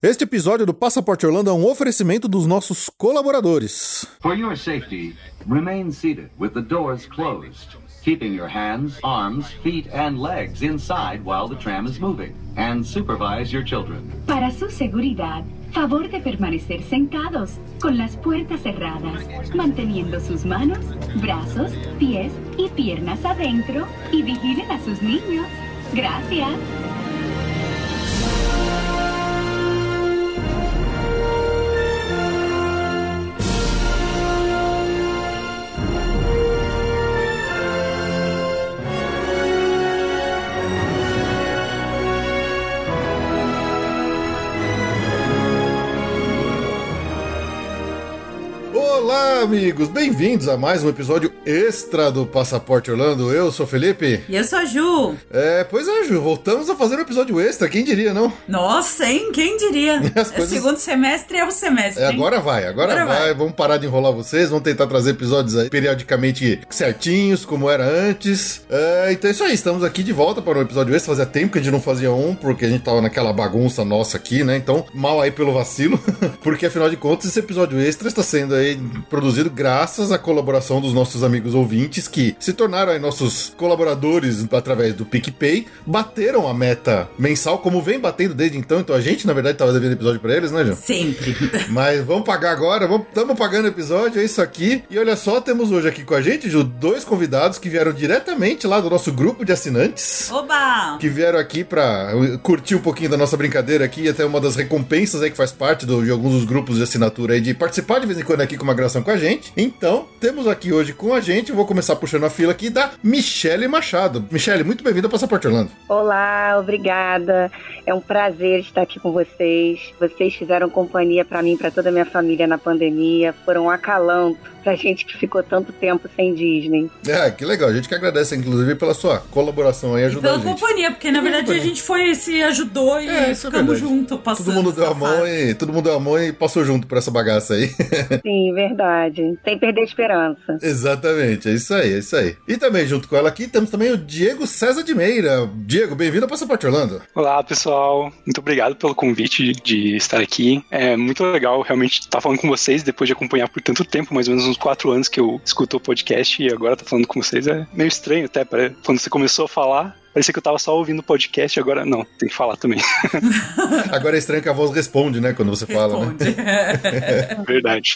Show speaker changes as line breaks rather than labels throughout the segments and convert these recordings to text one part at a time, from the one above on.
Este episódio do Passaporte Orlando é um oferecimento dos nossos colaboradores.
For your safety, remain seated with the doors closed, keeping your hands, arms, feet, and legs inside while the tram is moving, and supervise your children.
Para su seguridad, favor de permanecer sentados con las puertas cerradas, manteniendo sus manos, brazos, pies y piernas adentro y vigilen a sus niños. Gracias.
Olá, amigos! Bem-vindos a mais um episódio extra do Passaporte Orlando. Eu sou o Felipe.
E eu sou a Ju.
É, pois é, Ju, voltamos a fazer um episódio extra, quem diria, não?
Nossa, hein? Quem diria?
As
É
coisas-
segundo semestre é o semestre.
É,
hein?
agora vai, agora,
Agora
vai.
vai.
Vamos parar de enrolar vocês, vamos tentar trazer episódios aí periodicamente certinhos, como era antes. É, então é isso aí, estamos aqui de volta para um episódio extra. Fazia tempo que a gente não fazia um, porque a gente tava naquela bagunça nossa aqui, né? Então, mal aí pelo vacilo, porque afinal de contas, esse episódio extra está sendo aí produzido graças à colaboração dos nossos amigos ouvintes que se tornaram aí nossos colaboradores através do PicPay, bateram a meta mensal, como vem batendo desde então. Então a gente, na verdade, tava devendo episódio para eles, né, João?
Sempre.
Mas vamos pagar agora, estamos pagando o episódio, é isso aqui. E olha só, temos hoje aqui com a gente, Ju, dois convidados que vieram diretamente lá do nosso grupo de assinantes.
Oba!
Que vieram aqui pra uh, curtir um pouquinho da nossa brincadeira aqui, e até uma das recompensas aí que faz parte do- de alguns dos grupos de assinatura aí, de participar de vez em quando aqui com uma gração com a gente. Então, temos aqui hoje com a gente, eu vou começar puxando a fila aqui da Michele Machado. Michele, muito bem-vinda ao Passaporte Orlando.
Olá, obrigada. É um prazer estar aqui com vocês. Vocês fizeram companhia para mim, para toda a minha família na pandemia. Foram um acalanto pra gente que ficou tanto tempo sem Disney.
É, que legal, a gente que agradece, inclusive, pela sua colaboração aí,
E
ajudando a
pela
gente.
companhia, porque na
Pela
verdade a
companhia.
gente foi, se ajudou e
É, isso é
ficamos
verdade.
juntos. passando
Todo mundo deu a
essa
mão
fase.
e todo mundo deu a mão e passou junto por essa bagaça aí.
Sim, verdade. Sem perder a esperança.
Exatamente, é isso aí, é isso aí. E também junto com ela aqui temos também o Diego César de Meira. Diego, bem-vindo ao Passaporte Orlando.
Olá pessoal, muito obrigado pelo convite de estar aqui. É muito legal realmente estar falando com vocês depois de acompanhar por tanto tempo, mais ou menos uns quatro anos que eu escuto o podcast e agora estar falando com vocês é meio estranho até. pare- Quando você começou a falar, parecia que eu tava só ouvindo o podcast, agora não, tem que falar também.
Agora é estranho que a voz responde, né, quando você fala, né?
Responde.
Verdade.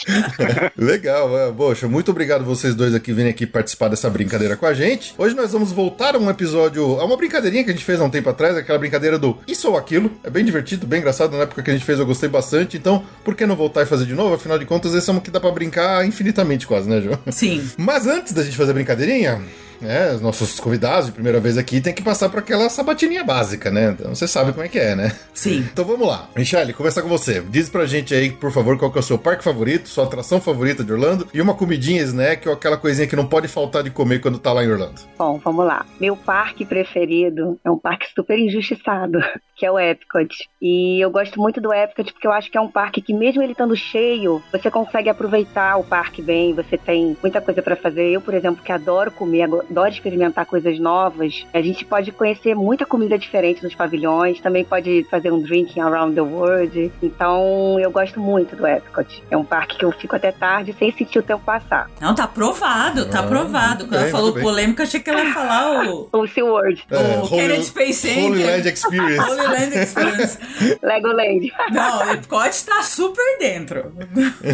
Legal, é. Poxa, muito obrigado vocês dois aqui virem aqui participar dessa brincadeira com a gente. Hoje nós vamos voltar a um episódio, a uma brincadeirinha que a gente fez há um tempo atrás, aquela brincadeira do Isso ou Aquilo. É bem divertido, bem engraçado, na época que a gente fez eu gostei bastante, então por que não voltar e fazer de novo? Afinal de contas, esse é um que dá pra brincar infinitamente quase, né, João?
Sim.
Mas antes da gente fazer a brincadeirinha, né, os nossos convidados de primeira vez aqui tem que passar por aquela sabatininha básica, né? Então você sabe como é que é, né?
Sim.
Então vamos lá. Michele, começar com você. Diz pra gente aí, por favor, qual que é o seu parque favorito, sua atração favorita de Orlando e uma comidinha, snack ou aquela coisinha que não pode faltar de comer quando tá lá em Orlando.
Bom, vamos lá. Meu parque preferido é um parque super injustiçado, que é o Epcot. E eu gosto muito do Epcot porque eu acho que é um parque que, mesmo ele estando cheio, você consegue aproveitar o parque bem, você tem muita coisa pra fazer. Eu, por exemplo, que adoro comer, ago- adoro experimentar coisas novas, a gente pode conhecer muita comida diferente nos pavilhões, também pode fazer um drinking around the world. Então, eu gosto muito do Epcot. É um parque que eu fico até tarde sem sentir o tempo passar.
Não, tá aprovado, tá
Ah,
aprovado.
muito
Quando ela
bem,
falou
muito bem. É,
polêmica, achei que ela ia falar o,
O SeaWorld,
o Kennedy Space Center.
Holy Land Experience.
é Holy Land Experience.
Legoland.
Não, o Epcot tá super dentro.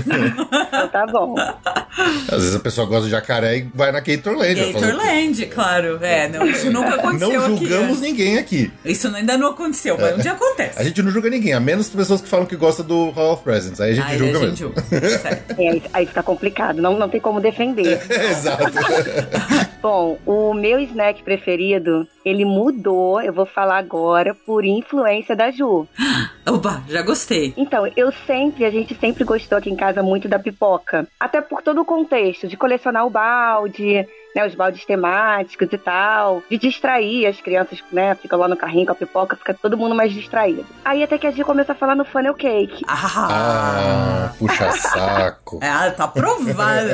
Então, tá bom.
Às vezes a pessoa gosta de jacaré e vai na Gatorland. eu falo.
Gatorland, claro. É, não, isso nunca aconteceu
Não
aqui.
julgamos
né?
ninguém aqui.
Isso ainda não aconteceu, mas um dia acontece.
É. A gente não julga ninguém, a menos as pessoas que falam que gostam do Hall of Presents. Aí a gente
Aí
julga
a
mesmo.
gente julga. certo.
É, aí- aí fica complicado, não, não tem como defender.
Exato.
Bom, o meu snack preferido, ele mudou, eu vou falar agora, por influência da Ju.
Opa, já gostei.
Então, eu sempre, a gente sempre gostou aqui em casa muito da pipoca. Até por todo o contexto, de colecionar o balde, né, os baldes temáticos e tal. De distrair as crianças, né, ficam lá no carrinho com a pipoca, fica todo mundo mais distraído. Aí até que a Ju começou a falar no funnel cake.
Ah,
Ah,
puxa saco.
ah tá aprovado.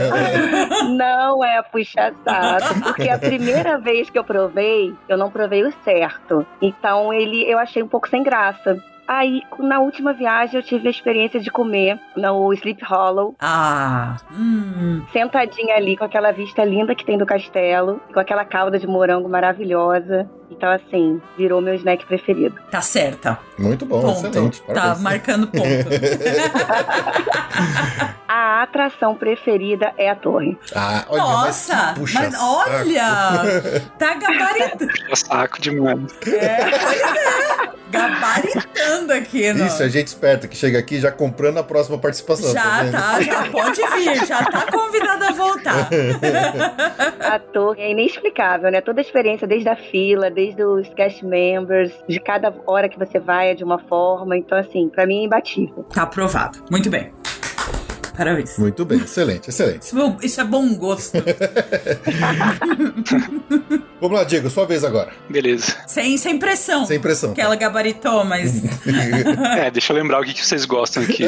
Não é puxar saco, porque a primeira vez que eu provei, eu não provei o certo. Então ele, eu achei um pouco sem graça. Aí, na última viagem, eu tive a experiência de comer no Sleep Hollow,
Ah, hum,
sentadinha ali com aquela vista linda que tem do castelo, com aquela calda de morango maravilhosa. Então, assim, virou meu snack preferido.
tá certa.
Muito bom, excelente.
Ponto. Tá
Parabéns.
marcando ponto.
A atração preferida é a torre.
Ah, olha, mas
Nossa,
que puxa
mas olha, tá gabaritando.
Puxa saco demais.
É, pois é, gabaritando aqui, não.
Isso, é gente esperta que chega aqui já comprando a próxima participação. tá
já
vendo?
tá, já pode vir, já tá convidada a voltar.
A torre é inexplicável, né? Toda a experiência, desde a fila, desde os cast members, de cada hora que você vai é de uma forma. Então, assim, pra mim é imbatível.
Tá aprovado. Muito bem. Parabéns.
Muito bem, excelente, excelente.
Isso é bom- Isso é bom gosto.
Vamos lá, Diego, sua vez agora.
Beleza.
Sem, sem pressão.
Sem pressão.
Que ela gabaritou, mas.
É, deixa eu lembrar o que, que vocês gostam aqui.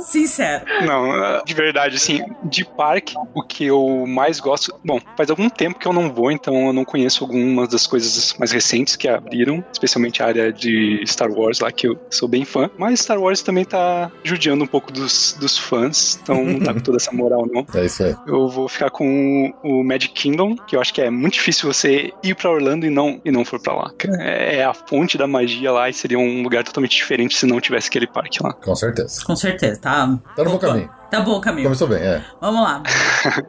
Sincero.
Não, é, de verdade, assim, de parque, o que eu mais gosto. Bom, faz algum tempo que eu não vou, então eu não conheço algumas das coisas mais recentes que abriram, especialmente a área de Star Wars lá, que eu sou bem fã. Mas Star Wars também tá judiando um pouco dos, dos fãs, então não tá com toda essa moral, não.
É isso aí.
Eu vou ficar com o, o Magic Kingdom, que eu acho que é muito difícil você ir pra Orlando e não, e não for pra lá. É, é a fonte da magia lá e seria um lugar totalmente diferente se não tivesse aquele parque lá.
Com certeza.
Com certeza, tá.
Tá no bom
Opa,
caminho.
Tá bom o caminho.
Começou bem, é.
Vamos lá.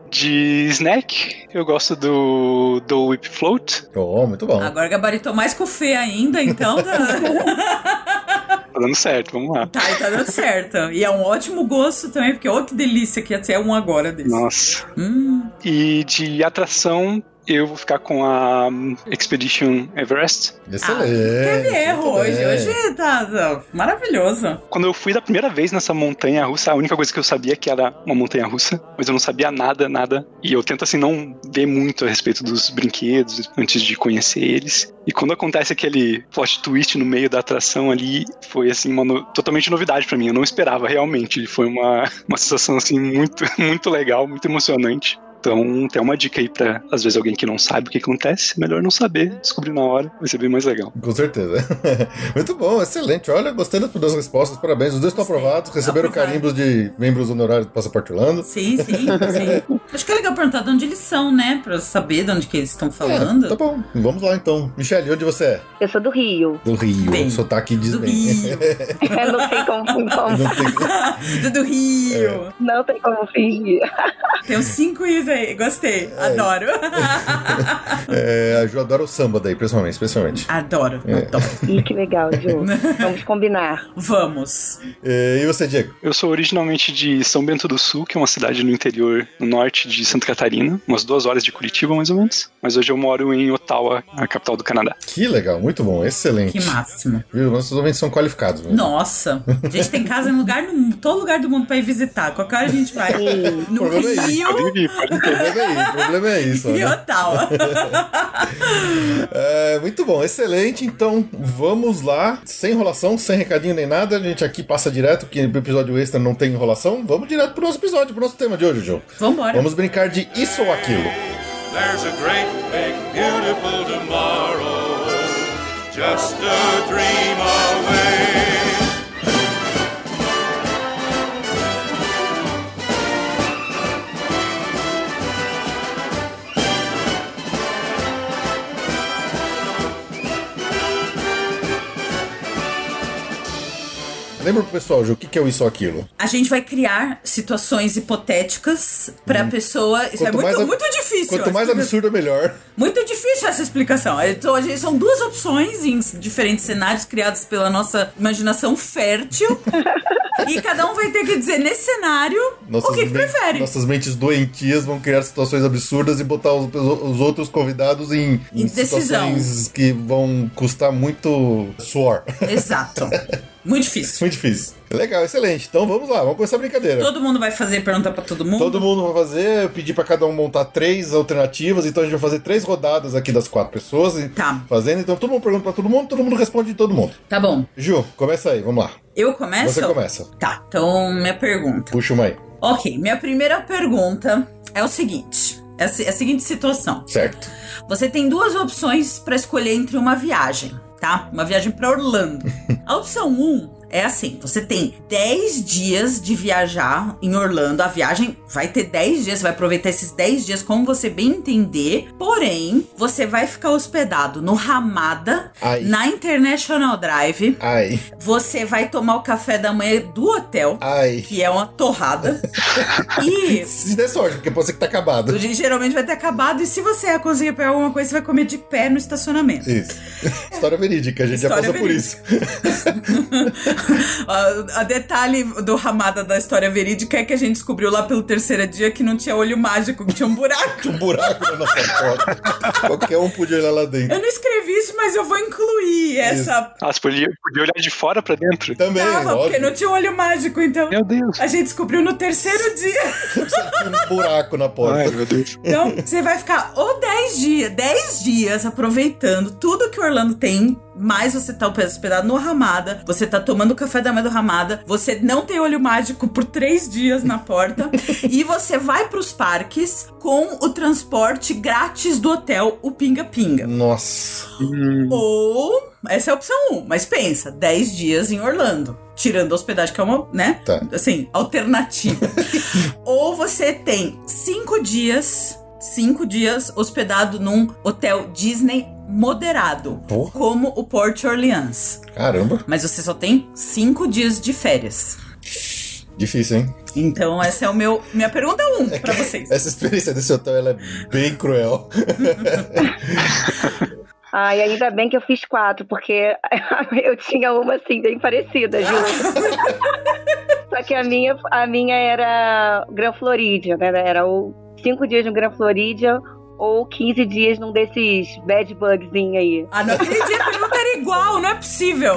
De snack, eu gosto do, do Whip Float.
Oh, muito bom.
Agora gabaritou mais com o Fê ainda, então tá...
Tá dando certo, vamos lá.
tá, e tá dando certo. E é um ótimo gosto também, porque ó que delícia que ia ter um agora desse.
Nossa.
Hum,
E de atração, eu vou ficar com a Expedition Everest.
Excelente.
Ah, teve erro
muito
hoje.
bem.
Hoje tá, tá maravilhoso.
Quando eu fui da primeira vez nessa montanha russa, a única coisa que eu sabia é que era uma montanha russa, mas eu não sabia nada, nada. E eu tento, assim, não ver muito a respeito dos brinquedos antes de conhecer eles. E quando acontece aquele plot twist no meio da atração ali, foi, assim, uma no- totalmente novidade pra mim. Eu não esperava, realmente. Foi uma, uma sensação, assim, muito, muito legal, muito emocionante. Então, tem uma dica aí pra, às vezes, alguém que não sabe o que acontece. é Melhor não saber, descobrir na hora, vai ser bem mais legal.
Com certeza. muito bom, excelente. Olha, gostei das, das respostas, parabéns. Os dois estão aprovados, receberam
Aprovado.
carimbos de membros honorários do Passaporte Orlando.
Sim, sim, sim. Acho que é legal perguntar de onde eles são, né? Pra eu saber de onde que eles estão
É, tá
falando.
bom, vamos lá então. Michele, onde você é?
Eu sou do Rio.
Do Rio.
Bem,
Sotaque diz
do
bem.
Rio.
Eu não tem como, como-
Não tem-
do, do
É.
Rio.
não tem como fingir.
Tem uns cinco is aí. Gostei. Adoro.
É, a Ju adora o samba daí, principalmente, especialmente.
Adoro.
É.
Então,
Ih, que legal, Ju. Vamos combinar.
vamos.
É, e você, Diego?
Eu sou originalmente de São Bento do Sul, que é uma cidade no interior, no norte de Santa Catarina, umas duas horas de Curitiba, mais ou menos. Mas hoje eu moro em Ottawa, a capital do Canadá.
Que legal, muito bom, excelente.
Que máximo.
Viu? Nossos ouvintes são qualificados. mesmo.
Nossa. A gente tem casa em lugar no, todo lugar do mundo pra ir visitar. Qualquer hora a gente vai.
Sim.
No
Problema é isso,
Rio
Pode vir, pode
O problema é isso, o problema é isso.
e
né?
Ottawa.
É, muito bom, excelente. Então vamos lá, sem enrolação, sem recadinho nem nada. A gente aqui passa direto, que o episódio extra não tem enrolação. Vamos direto pro nosso episódio, pro nosso tema de hoje, Ju.
Vambora.
Vamos brincar de isso ou aquilo.
There's a great, big, beautiful tomorrow. Just a dream away.
Lembra pro pessoal, Ju, o que, que é o isso ou aquilo?
A gente vai criar situações hipotéticas pra pessoa. Isso
Hum. Quanto
é muito,
ab-
muito difícil.
Quanto mais absurdo,
absurdo.
é melhor.
Muito difícil essa explicação. Então, a gente- são duas opções em diferentes cenários criados pela nossa imaginação fértil. e cada um vai ter que dizer nesse cenário o que, que
men-
prefere.
nossas mentes doentias vão criar situações absurdas e botar os, os outros convidados em, em
Indecisão.
situações que vão custar muito suor. é
Exato. Muito difícil.
Muito difícil. Legal, excelente. Então vamos lá, vamos começar a brincadeira.
Todo mundo vai fazer pergunta pra todo mundo.
Todo mundo vai fazer, eu pedi pra cada um montar três alternativas, então a gente vai fazer três rodadas aqui das quatro pessoas e
Tá.
fazendo. Então todo mundo pergunta pra todo mundo, todo mundo responde de todo mundo.
Tá bom.
Ju, começa aí, vamos lá.
Eu começo?
Você começa.
Tá. Então, minha pergunta.
Puxa uma aí.
Ok, minha primeira pergunta é o seguinte. É a se- é a seguinte situação.
Certo.
Você tem duas opções pra escolher entre uma viagem. tá? Uma viagem pra Orlando. A opção 1 é assim: você tem 10 dias de viajar em Orlando. A viagem vai ter 10 dias, você vai aproveitar esses 10 dias como você bem entender. Porém, você vai ficar hospedado no Ramada,
Ai.
na International Drive.
Ai,
Você vai tomar o café da manhã do hotel,
ai.
que é uma torrada. e
Se der sorte, porque pode ser que tá acabado.
o dia geralmente vai ter acabado. E se você conseguir pegar alguma coisa, você vai comer de pé no estacionamento.
Isso. História verídica, a gente
História
já passou por isso.
Ah, A, a detalhe do Ramada da história verídica é que a gente descobriu lá pelo terceiro dia que não tinha olho mágico, que tinha um buraco.
Um buraco na nossa foto. Qualquer um podia olhar lá dentro.
Eu não escrevi isso, mas eu vou incluir essa
Ah, você podia, podia olhar de fora pra dentro?
Também,
tava, porque
óbvio.
não tinha olho mágico, então.
Meu Deus.
A gente descobriu no terceiro dia.
Tinha um buraco na porta.
Ai, meu Deus.
Então, você vai ficar ou 10 dias, 10 dias aproveitando tudo que Orlando tem, mas você tá hospedado no Ramada, você tá tomando café da manhã do Ramada, você não tem olho mágico por 3 dias na porta, e você vai pros parques com o transporte grátis do hotel, o Pinga Pinga.
Nossa.
Ou, essa é a opção 1, mas pensa, 10 dias em Orlando. Tirando a hospedagem, que é uma, né?
Tá.
Assim, alternativa. Ou você tem cinco dias, cinco dias hospedado num hotel Disney moderado,
Porra.
como o Port Orleans.
Caramba.
Mas você só tem cinco dias de férias.
Difícil, hein?
Então, essa é o meu minha pergunta um pra vocês.
Essa experiência desse hotel ela é bem cruel.
Ai, ainda bem que eu fiz quatro, porque eu tinha uma assim, bem parecida, juro. Só que a minha, a minha era Gran Floridia, né? Era o cinco dias no Gran Floridia ou 15 dias num desses bad bugzinho aí.
Ah, não acredito, a pergunta era igual, não é possível.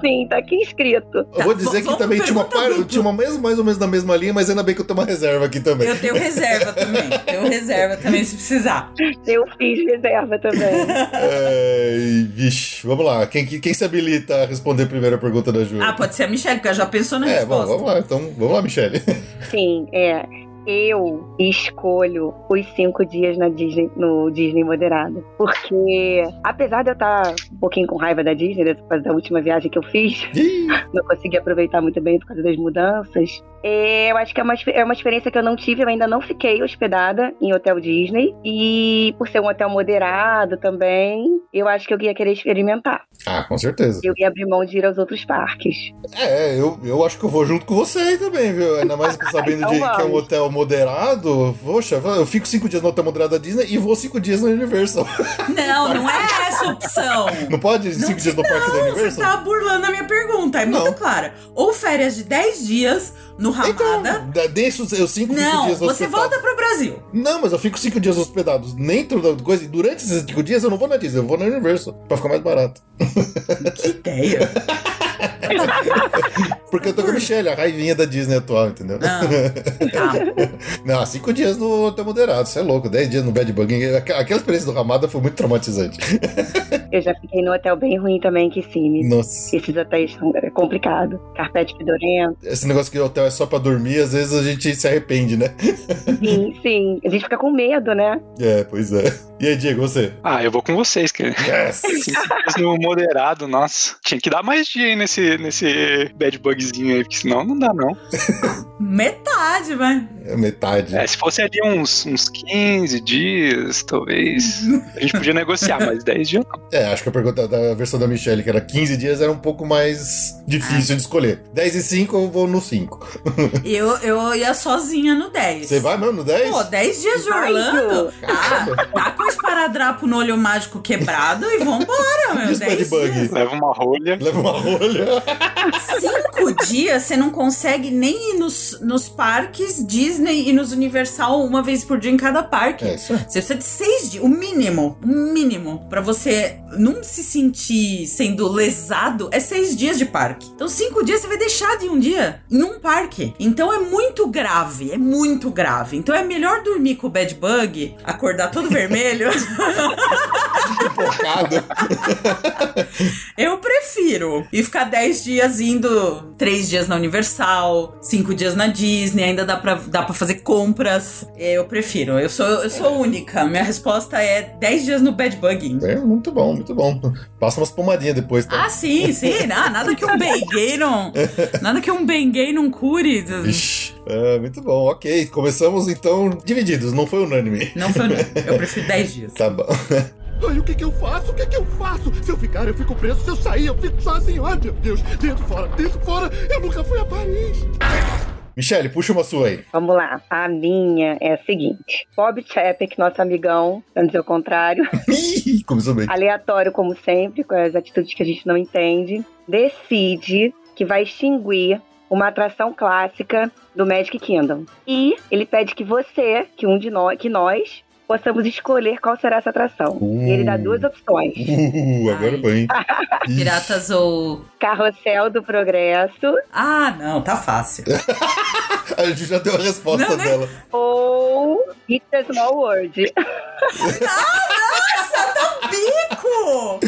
Sim, tá aqui escrito.
Eu vou dizer
v-
que
Tá, vamos
também tinha uma,
perguntar
par...
dupla.
tinha uma mesmo, mais ou menos na mesma linha, mas ainda bem que eu tenho uma reserva aqui também.
Eu tenho reserva também. Tenho reserva também se precisar.
Eu fiz reserva também.
Ai, É, vixe, vamos lá. Quem, que- quem se habilita a responder a primeira pergunta da Júlia?
Ah, pode ser a Michelle, porque ela já pensou na
é, bom,
resposta.
vamos lá. Então, vamos lá, Michelle.
Sim, é. Eu escolho os cinco dias na Disney, no Disney Moderado. Porque, apesar de eu estar um pouquinho com raiva da Disney, né, por causa da última viagem que eu fiz,
Ih,
não consegui aproveitar muito bem por causa das mudanças. É, eu acho que é uma, expe- é uma experiência que eu não tive, eu ainda não fiquei hospedada em hotel Disney. E por ser um hotel moderado também, eu acho que eu ia querer experimentar.
Ah, com certeza.
Eu ia abrir mão de ir aos outros parques.
É, eu, eu acho que eu vou junto com você aí também, viu? Ainda mais sabendo
Então
de, que é um
vamos.
hotel moderado. Poxa, eu fico cinco dias no hotel moderado da Disney e vou cinco dias no Universal.
Não, não é essa a opção.
Não pode? cinco dias no parque do
Não, você
Universal?
tá burlando a minha pergunta. É
Não.
muito clara. Ou férias de 10 dias no Ramada.
Então, da- deixa os os cinco cinco
tá não,
dias
você
hospedado.
volta pro Brasil.
Não, mas eu fico cinco dias hospedados dentro da coisa. E durante esses cinco dias eu não vou na Disney, eu vou no Universal. Pra ficar mais barato.
Que ideia.
Porque eu tô com a Michelle, a raivinha da Disney atual, entendeu?
Ah, tá.
Não, cinco dias no hotel moderado, você é louco. Dez dias no Bad Bugging. Aqu- Aquela experiência do Ramada foi muito traumatizante.
Eu já fiquei num hotel bem ruim também, que sim.
Nossa.
Esses hotéis são é complicado. Carpete fedorento.
Esse negócio que o hotel é só pra dormir, às vezes a gente se arrepende, né?
Sim, sim. A gente fica com medo, né?
É, pois é. E aí, Diego, você?
Ah, eu vou com vocês, cara.
Yes!
Mas no moderado, nossa. Tinha que dar mais dia aí nesse, nesse bad bugzinho aí, porque senão não dá, não.
Metade, vai.
É metade.
É, se fosse ali uns, uns 15 dias, talvez. A gente podia negociar, mas 10 dias não.
É, acho que a pergunta da versão da Michelle, que era 15 dias, era um pouco mais difícil de escolher. 10 e 5, eu vou no 5.
Eu, eu ia sozinha no 10.
Você vai mesmo no 10?
Pô, 10 dias de
Vai, então.
Orlando?
Ju.
Ah, tá com o esparadrapo no olho mágico quebrado e vambora,
E
meu.
os
10
Bad
dias.
Leva uma rolha.
Leva uma rolha.
Cinco dias você não consegue nem ir nos, nos parques Disney e nos Universal uma vez por dia em cada parque.
É isso.
Você precisa de seis dias, o mínimo, o mínimo, pra você não se sentir sendo lesado, é seis dias de parque. Então, cinco dias você vai deixar de um dia em um parque. Então, é muito grave, é muito grave. Então, é melhor dormir com o bad bug, acordar todo vermelho.
Pipocado.
Eu prefiro. E ficar dez dias indo, três dias dias na Universal, cinco dias na Disney, ainda dá pra, dá pra fazer compras. Eu prefiro, eu sou, eu sou única. Minha resposta é 10 dias no Bad Bugging.
É, muito bom, muito bom. Passa umas pomadinhas depois, tá?
Ah, sim, sim. Não, nada que um benguei não. Nada que um benguei não cure.
Vixe. Ah, muito bom, ok. Começamos então divididos, não foi unânime.
Não foi. Eu prefiro 10 dias.
Tá bom.
Ai, o que que eu faço? O que que eu faço? Se eu ficar, eu fico preso. Se eu sair, eu fico sozinho. Ai, meu Deus. Dentro, fora, dentro, fora. Eu nunca fui a Paris.
Michele, puxa uma sua aí.
Vamos lá. A minha é a seguinte: Bob Chapek, nosso amigão, pra não dizer o contrário,
Ih, começou bem.
aleatório como sempre, com as atitudes que a gente não entende, decide que vai extinguir uma atração clássica do Magic Kingdom. E ele pede que você, que um de nós, que nós possamos escolher qual será essa atração. E ele dá duas opções:
Uh, agora
Ai.
foi, hein?
Piratas ou.
Carrossel do Progresso
Ah, não, tá fácil.
A gente já deu a resposta
Não, né?
dela.
ou It's a Small World.
Nossa, dá um bico!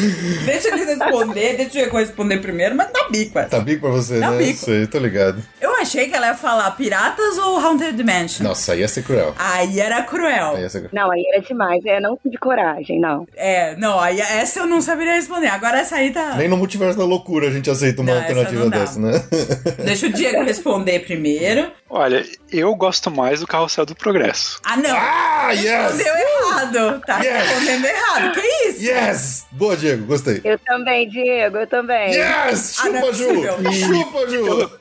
Deixa ele responder, deixa eu responder primeiro, mas dá bico essa.
Tá bico pra você,
Tá
né?
bico.
Isso aí, tô ligado.
Eu achei que ela ia falar piratas ou Haunted Mansion.
Nossa, aí ia ser cruel.
Aí era cruel.
Aí é. ia ser cruel.
Não, aí era demais. É, não tive coragem, não.
É, não, aí essa eu não saberia responder. Agora essa aí tá.
Nem no multiverso da loucura a gente aceita uma
Não, essa
alternativa
não dá.
dessa, né?
Deixa o Diego responder primeiro.
Olha, eu gosto mais do Carrossel do Progresso.
Ah, não!
ah, yes!
Respondeu errado. Tá
Yes!
respondendo errado. Que isso?
Yes! Boa, Diego, gostei.
Eu também, Diego, eu também.
Yes!
Ah, não
Chupa,
é
Ju! Chupa, Ju!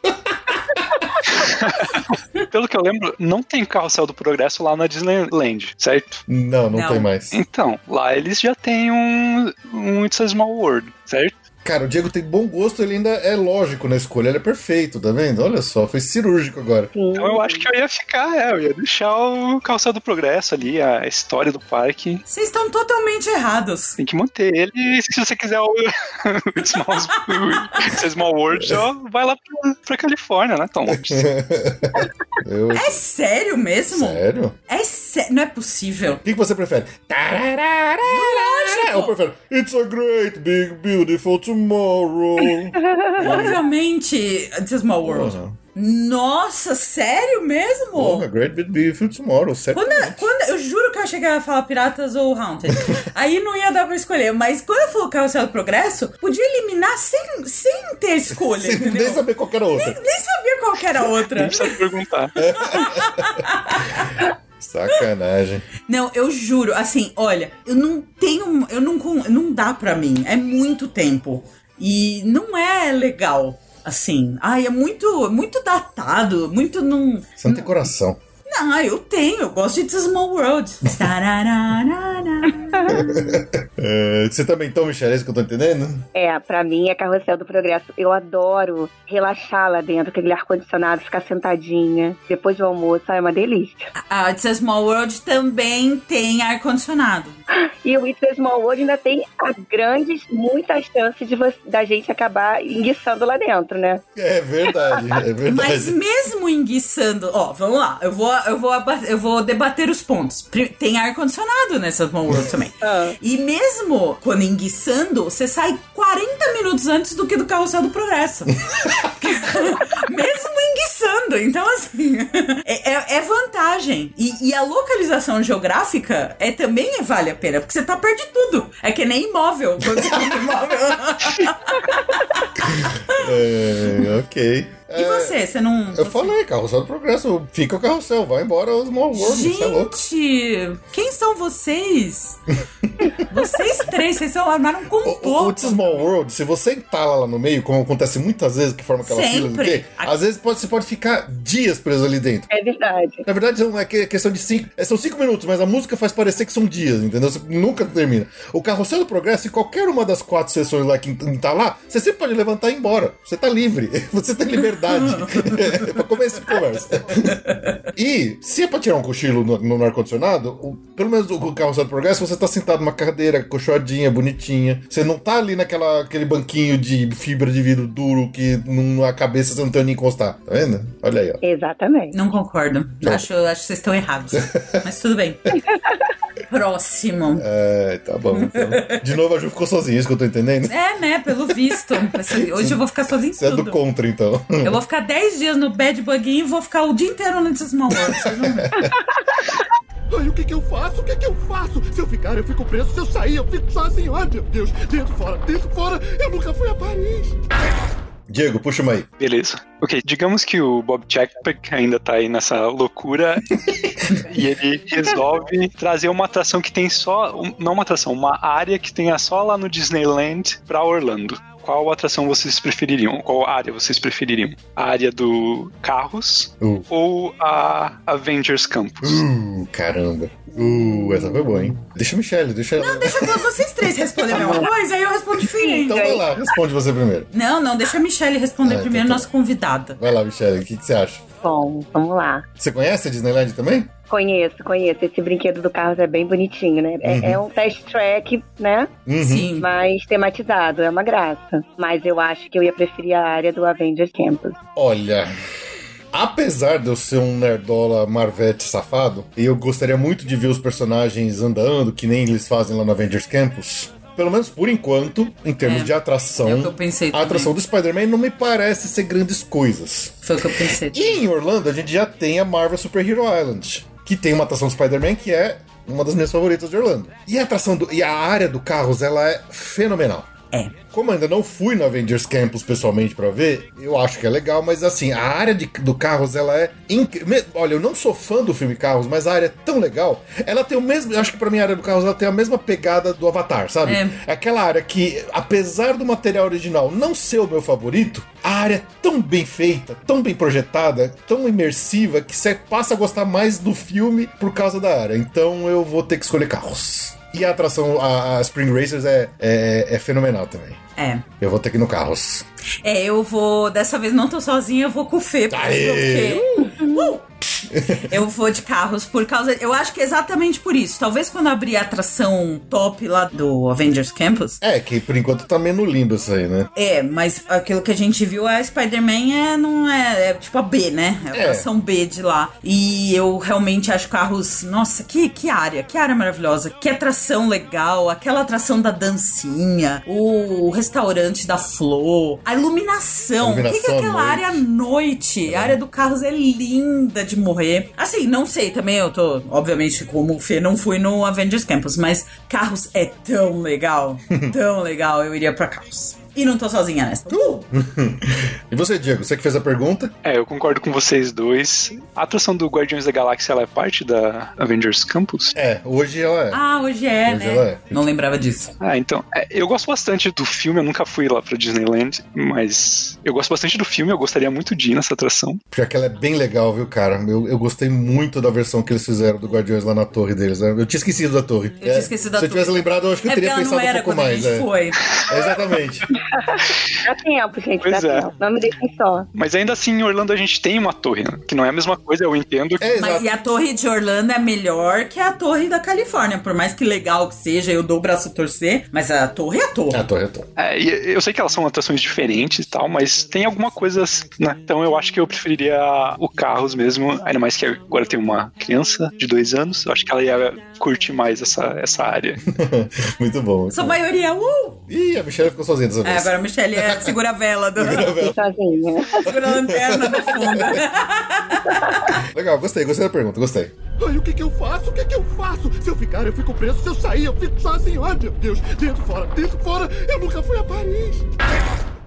Pelo que eu lembro, não tem Carrossel do Progresso lá na Disneyland, certo?
Não, não,
Não.
tem mais.
Então, lá eles já têm um, um It's a Small World, certo?
Cara, o Diego tem bom gosto, ele ainda é lógico na escolha, ele é perfeito, tá vendo? Olha só, foi cirúrgico agora.
Hum.
Sim.
Então eu acho que eu ia ficar, é, eu ia deixar o Carrossel do Progresso ali, a história do parque.
Vocês estão totalmente errados.
Tem que manter ele. E se você quiser o It's, small, it's a Small World, só vai lá pra, pra Califórnia, né, Tom?
Eu-
É sério mesmo?
Sério?
É sério. Não é possível.
O que, que você prefere? Tararara, eu prefiro It's a great big beautiful tomorrow.
Obviamente, It's a Small World.
Porra,
Nossa, sério mesmo?
porra, great big beautiful tomorrow, certo?
Quando, quando- eu juro que eu achei que ela ia falar piratas ou haunted. Aí não ia dar pra escolher. Mas quando eu falou carrossel do progresso, podia eliminar sem, sem ter escolha,
Sem
entendeu?
nem saber qual que era a outra.
Nem sabia qual que era a
Não
outra.
precisa perguntar.
Sacanagem.
Não, eu juro, assim, olha, eu não tenho. Eu não. con- Não dá pra mim. É muito tempo. E não é legal. Assim, ai, é muito, muito datado, muito num.
Você não tem coração.
Não, eu tenho, eu gosto de It's a Small World. Tarararara.
É, você também então, Michel, é isso que eu tô entendendo?
É, pra mim é carrossel do progresso. Eu adoro relaxar lá dentro, com aquele ar-condicionado, ficar sentadinha. Depois do almoço, ah, é uma delícia.
A It's a Small World também tem ar-condicionado.
E o It's a Small World ainda tem a grandes, muitas chances de vo- da gente acabar enguiçando lá dentro, né?
É verdade, é
Mas
verdade.
mesmo enguiçando, ó, vamos lá, eu vou, eu vou, aba- eu vou debater os pontos. Pri- Tem ar-condicionado nessa Small World também.
Ah.
E mesmo quando enguiçando, você sai 40 minutos antes do que do carrossel do progresso. mesmo enguiçando. Então, assim, é, é- é vantagem. E, e a localização geográfica é também vale a pena, porque você tá perto de tudo. É que nem imóvel. Quando você compra imóvel.
É, ok.
E
É,
você? Você não.
Eu falei, carrossel do progresso. Fica o carrossel, vai embora os Small World, você é louco.
Gente, quem são vocês? vocês três, vocês são armaram com
O- O, o
um
It's a Small World, se você entala lá no meio, como acontece muitas vezes que forma aquela fila, não sei o
Sempre.
quê, às vezes pode, você pode ficar dias preso ali dentro.
É verdade.
Na verdade, não é que- é questão de cinco. é, São cinco minutos, mas a música faz parecer que são dias, entendeu? Você nunca termina. O Carrossel do Progresso, em qualquer uma das quatro sessões lá que tá lá, você sempre pode levantar e ir embora. Você tá livre. Você tem liberdade. É, pra começo de conversa. E se é pra tirar um cochilo no, no ar-condicionado, o- pelo menos o carrossel do progresso, você tá sentado numa cadeira coxadinha, bonitinha. Você não tá ali naquela aquele banquinho de fibra de vidro duro que não- a cabeça você não tem onde encostar. Tá vendo? Olha aí, ó.
Exatamente.
Não concordo. Acho, acho que vocês estão errados. Mas tudo bem. Próximo.
É, tá bom. Então. De novo, a Ju ficou sozinha, isso que eu tô entendendo.
É, né? Pelo visto. Essa- Hoje eu vou ficar sozinho em
Você é do
tudo.
contra, então.
Eu vou ficar 10 dias no Bad Buguinho e vou ficar o dia inteiro no Small World. vocês vão ver.
Ai, o que que eu faço? O que que eu faço? Se eu ficar, eu fico preso. Se eu sair, eu fico sozinho. Ai, meu Deus. Dentro, fora, dentro, fora. Eu nunca fui a Paris.
Diego, puxa uma aí.
Beleza. Ok, digamos que o Bob Chapek ainda tá aí nessa loucura e ele resolve trazer uma atração que tem só. um- Não uma atração, uma área que tenha só lá no Disneyland pra Orlando. Qual atração vocês prefeririam? Qual área vocês prefeririam? A área do Carros
Uh.
ou a Avengers Campus?
Uh, caramba. Uh, essa foi boa, hein? Deixa a Michelle, deixa ela.
Deixa todos vocês três responderem uma coisa, aí eu respondo diferente.
Então vai lá, responde você primeiro.
Não, não, deixa a Michelle responder
Ah, então
primeiro,
tá.
nossa convidada.
Vai lá, Michelle, o que, que você acha?
Bom, vamos lá.
Você conhece a Disneyland também?
Conheço, conheço. Esse brinquedo do Carlos é bem bonitinho, né? É, é um test track, né?
Uhum.
Sim.
Mas tematizado, é uma graça. Mas eu acho que eu ia preferir a área do Avengers Campus.
Olha. Apesar de eu ser um nerdola Marvete safado, eu gostaria muito de ver os personagens andando, que nem eles fazem lá no Avengers Campus. Pelo menos por enquanto, em termos
É.
de atração,
É o que eu pensei
a atração
também.
do Spider-Man não me parece ser grandes coisas.
Foi o que eu pensei.
E em Orlando a gente já tem a Marvel Super Hero Island, que tem uma atração do Spider-Man que é uma das minhas favoritas de Orlando. E a atração do, e a área do carros, ela é fenomenal.
É.
Como eu ainda não fui no Avengers Campus pessoalmente pra ver, eu acho que é legal, mas assim, a área de- do Carros, ela é incrível. Olha, eu não sou fã do filme Carros, mas a área é tão legal. Ela tem o mesmo, eu acho que pra mim a área do Carros, ela tem a mesma pegada do Avatar, sabe?
É.
É aquela área que, apesar do material original não ser o meu favorito, a área é tão bem feita, tão bem projetada, tão imersiva, que você passa a gostar mais do filme por causa da área. Então eu vou ter que escolher carros. E a atração, a, a Spring Racers é, é, é fenomenal também.
É.
Eu vou ter que ir no carros.
É, eu vou. Dessa vez não tô sozinha, eu vou com o Fê.
Aê!
Porque... Uh! Eu vou de carros por causa. Eu acho que é exatamente por isso. Talvez quando abrir a atração top lá do Avengers Campus.
É, que por enquanto tá meio no limbo isso aí, né?
É, mas aquilo que a gente viu, a Spider-Man é, não é, é tipo a B, né? É a
É.
atração B de lá. E eu realmente acho carros. Nossa, que, que área, que área maravilhosa. Que atração legal, aquela atração da dancinha, o restaurante da flor, a iluminação. O que, que é
Iluminação à
aquela
noite.
área à noite. A área do Carros é linda de morrer. Assim, não sei também, eu tô, obviamente, como o Fê, não fui no Avengers Campus, mas Carros é tão legal, tão legal, eu iria pra Carros. E não tô sozinha nessa.
E você, Diego, você que fez a pergunta?
É, eu concordo com vocês dois. A atração do Guardiões da Galáxia ela é parte da Avengers Campus?
É, hoje ela é.
Ah, hoje é,
Hoje ela
né?
é.
Não lembrava disso.
Ah, então. é, eu gosto bastante do filme, eu nunca fui lá pra Disneyland, mas eu gosto bastante do filme, eu gostaria muito de ir nessa atração.
Pior que ela é bem legal, viu, cara? Eu, eu gostei muito da versão que eles fizeram do Guardiões lá na torre deles. né? Eu tinha esquecido da torre. É,
Eu tinha esquecido da
Se eu tivesse
torre.
lembrado, eu acho que eu
é porque
teria
ela não
pensado um
era
pouco
quando a
mais.
gente
É.
foi.
É, Exatamente.
Dá tempo, gente,
Pois
dá
é.
tempo. Não me deixem só.
Mas ainda assim, em Orlando a gente tem uma torre, né? que não é a mesma coisa, eu entendo.
É,
Mas,
exato.
e a torre de Orlando é melhor que a torre da Califórnia. Por mais que legal que seja, eu dou o braço a torcer, mas a torre é a torre.
Ah, torre, é torre.
É, e eu sei que elas são atrações diferentes e tal, mas tem alguma coisa, né? Então eu acho que eu preferiria o Carros mesmo, ainda mais que agora tem uma criança de dois anos, eu acho que ela ia curtir mais essa, essa área.
muito bom. muito
Sua
bom.
maioria, uh!
Ih, a Michelle ficou sozinha dessa
É,
vez.
agora a Michelle é, segura a vela, do,
Fui sozinha.
segura a lanterna do fundo.
Legal, gostei, gostei da pergunta, gostei.
Ai, o que que eu faço? O que que eu faço? Se eu ficar, eu fico preso. Se eu sair, eu fico sozinho. Ai, meu Deus. Dentro, fora, dentro, fora. Eu nunca fui a Paris.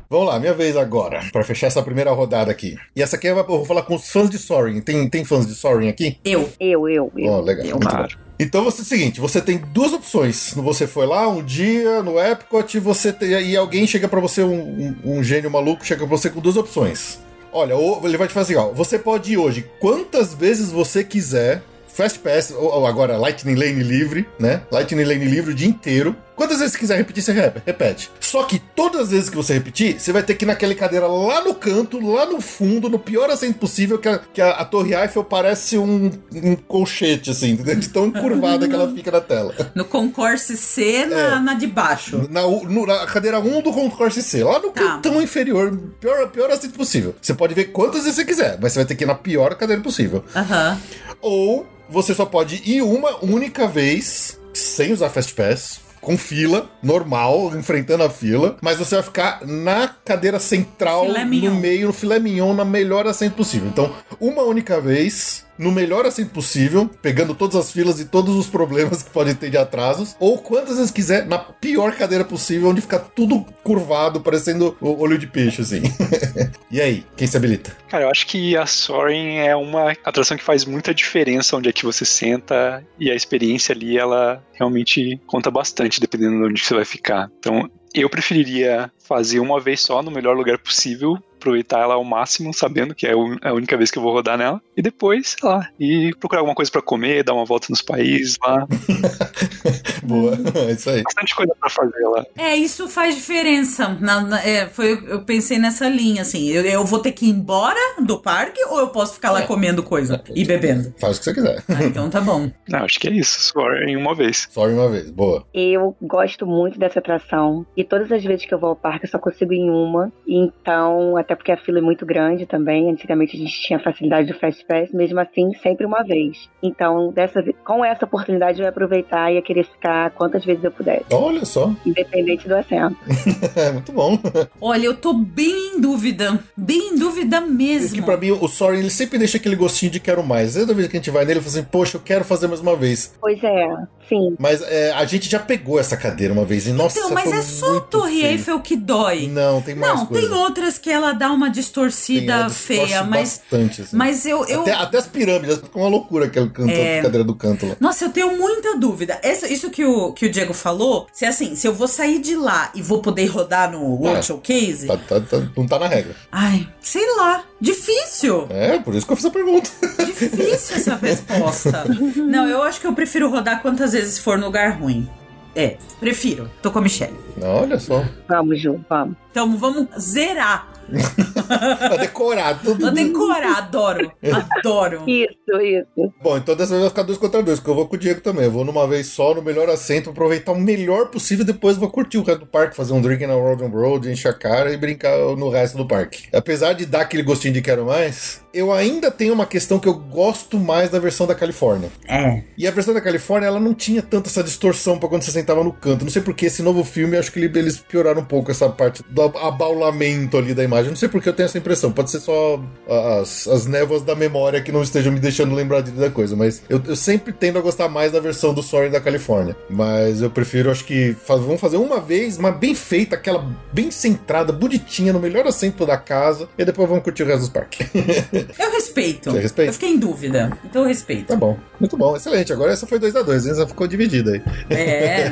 Vamos lá, minha vez agora, pra fechar essa primeira rodada aqui. E essa aqui é, eu vou falar com os fãs de Soaring. Tem, tem fãs de Soaring aqui?
Eu.
Eu, eu, eu.
Ó, legal. muito bom.
Claro.
Então você é o seguinte, você tem duas opções. Você foi lá um dia no Epcot e você tem- e alguém chega pra você um, um- um gênio maluco chega pra você com duas opções. Olha, ou ele vai te falar assim, ó, você pode ir hoje quantas vezes você quiser. Fast Pass, ou, ou agora Lightning Lane livre, né? Lightning Lane livre o dia inteiro. Quantas vezes você quiser repetir, você re- repete. Só que todas as vezes que você repetir, você vai ter que ir naquela cadeira lá no canto, lá no fundo, no pior assento possível, que a, que a, a Torre Eiffel parece um, um colchete, assim, entendeu? De tão encurvada que ela fica na tela.
No concurso C,
É.
na, na de baixo.
Na, u- no- na cadeira 1 do Concourse C, lá no
Tá.
cantão inferior, pior, pior assento possível. Você pode ver quantas vezes você quiser, mas você vai ter que ir na pior cadeira possível.
Aham.
Ou você só pode ir uma única vez, sem usar Fast Pass, com fila, normal, enfrentando a fila, mas você vai ficar na cadeira central,
Filé
no
mignon.
meio, no filé mignon, na melhor assento possível. Então, uma única vez, no melhor assento possível, pegando todas as filas e todos os problemas que podem ter de atrasos, ou quantas vezes quiser, na pior cadeira possível, onde fica tudo curvado, parecendo o olho de peixe, assim. e aí, quem se habilita?
Cara, eu acho que a Soaring é uma atração que faz muita diferença onde é que você senta e a experiência ali, ela realmente conta bastante, dependendo de onde você vai ficar. Então, eu preferiria fazer uma vez só, no melhor lugar possível, aproveitar ela ao máximo, sabendo que é o- é a única vez que eu vou rodar nela, e depois, sei lá, e procurar alguma coisa pra comer, dar uma volta nos países lá.
Boa, é isso aí.
Bastante coisa pra fazer lá.
É, isso faz diferença. Na- na- é, foi, eu pensei nessa linha, assim. Eu, eu vou ter que ir embora do parque ou eu posso ficar lá comendo coisa e bebendo?
Faz o que você quiser.
Ah, então tá bom.
Não, acho que é isso, Soaring uma vez.
Sorry uma vez, boa.
Eu gosto muito dessa atração. E todas as vezes que eu vou ao parque, eu só consigo ir em uma. Então, até porque a fila é muito grande também. Antigamente a gente tinha facilidade do Fast Pass, mesmo assim, sempre uma vez. Então, dessa, ve- com essa oportunidade, eu ia aproveitar e ia querer ficar quantas vezes eu pudesse,
Olha só,
independente do assento.
é muito bom.
Olha, eu tô bem em dúvida. Bem em dúvida
Que
mesmo.
pra mim, o Soren, ele sempre deixa aquele gostinho de quero mais. Toda vez que a gente vai nele, ele fala assim, poxa, eu quero fazer mais uma vez.
Pois é, sim.
Mas é, a gente já pegou essa cadeira uma vez e, nossa,
Então, mas
foi
é só a
muito
Torre
feio.
Eiffel que dói.
Não, tem mais
Não,
coisa.
tem outras que ela dá uma
Tem,
distorcida
ela distorce
feia, mas,
Bastante, assim.
mas eu. eu...
Até,
É.
até as pirâmides, ficou uma loucura aquela canto, cadeira do canto lá.
Nossa, eu tenho muita dúvida. Essa- isso que o, que o Diego falou, se assim, se eu vou sair de lá e vou poder rodar no World
É.
Showcase,
Tá- tá- tá- não tá na regra.
ai, sei lá, difícil.
É, por isso que eu fiz a pergunta.
Difícil essa resposta. Não, eu acho que eu prefiro rodar quantas vezes for no lugar ruim. É, prefiro. Tô com a Michelle.
Olha só.
Vamos, Ju, vamos.
Então vamos zerar.
Tá decorado.
Vou decorar, adoro. Adoro.
Isso, isso.
Bom, então dessa vez vai ficar dois contra dois, porque eu vou com o Diego também. Eu vou numa vez só, no melhor assento, aproveitar o melhor possível, depois vou curtir o resto do parque, fazer um drink na World on Road, encher a cara e brincar no resto do parque. Apesar de dar aquele gostinho de quero mais, eu ainda tenho uma questão que eu gosto mais da versão da Califórnia.
É.
E a versão da Califórnia, ela não tinha tanto essa distorção pra quando você sentava no canto. Não sei porque esse novo filme, acho que ele- eles pioraram um pouco essa parte do ab- abaulamento ali da imagem. Não sei porque eu tenho essa impressão. Pode ser só a- as, as névoas da memória que não estejam me deixando lembrar de- da coisa. Mas eu, eu sempre tendo a gostar mais da versão do Soaring da Califórnia. Mas eu prefiro, acho que fa- vamos fazer uma vez, mas bem feita, aquela bem centrada, bonitinha, no melhor assento da casa. E depois vamos curtir o resto dos parques.
Eu respeito.
Você respeita?
Eu fiquei em dúvida. Então eu respeito.
tá bom. Muito bom. Excelente. Agora essa foi 2 a 2 Essa ficou dividida aí.
É.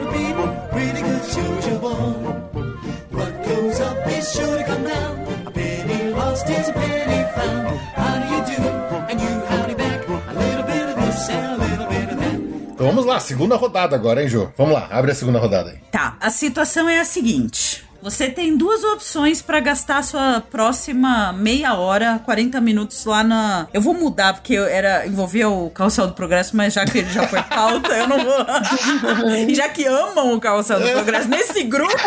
Então vamos lá, segunda rodada agora, hein, Jô? Vamos lá, abre a segunda rodada aí.
Tá, a situação é a seguinte. Você tem duas opções pra gastar a sua próxima meia hora, 40 minutos lá na. Eu vou mudar, porque eu era envolvia o Calçado do Progresso, mas já que ele já foi pauta, eu não vou. e já que amam o Calçado do Progresso nesse grupo,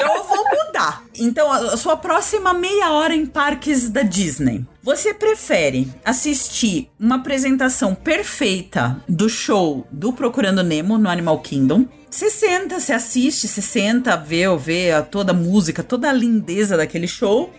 eu vou mudar. Tá, então a a sua próxima meia hora em parques da Disney. Você prefere assistir uma apresentação perfeita do show do Procurando Nemo no Animal Kingdom? Você senta, você assiste, você senta, vê, vê a toda a música, toda a lindeza daquele show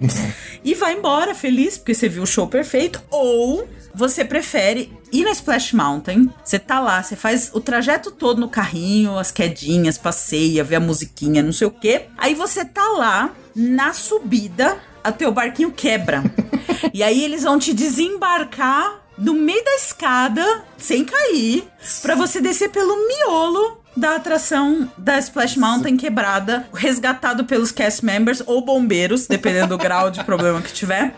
e vai embora feliz porque você viu o show perfeito. Ou você prefere ir na Splash Mountain, você tá lá, você faz o trajeto todo no carrinho, as quedinhas, passeia, vê a musiquinha, não sei o quê. Aí você tá lá, na subida, o teu barquinho quebra. e aí eles vão te desembarcar no meio da escada, sem cair, pra você descer pelo miolo da atração da Splash Mountain quebrada, resgatado pelos cast members ou bombeiros, dependendo do grau de problema que tiver.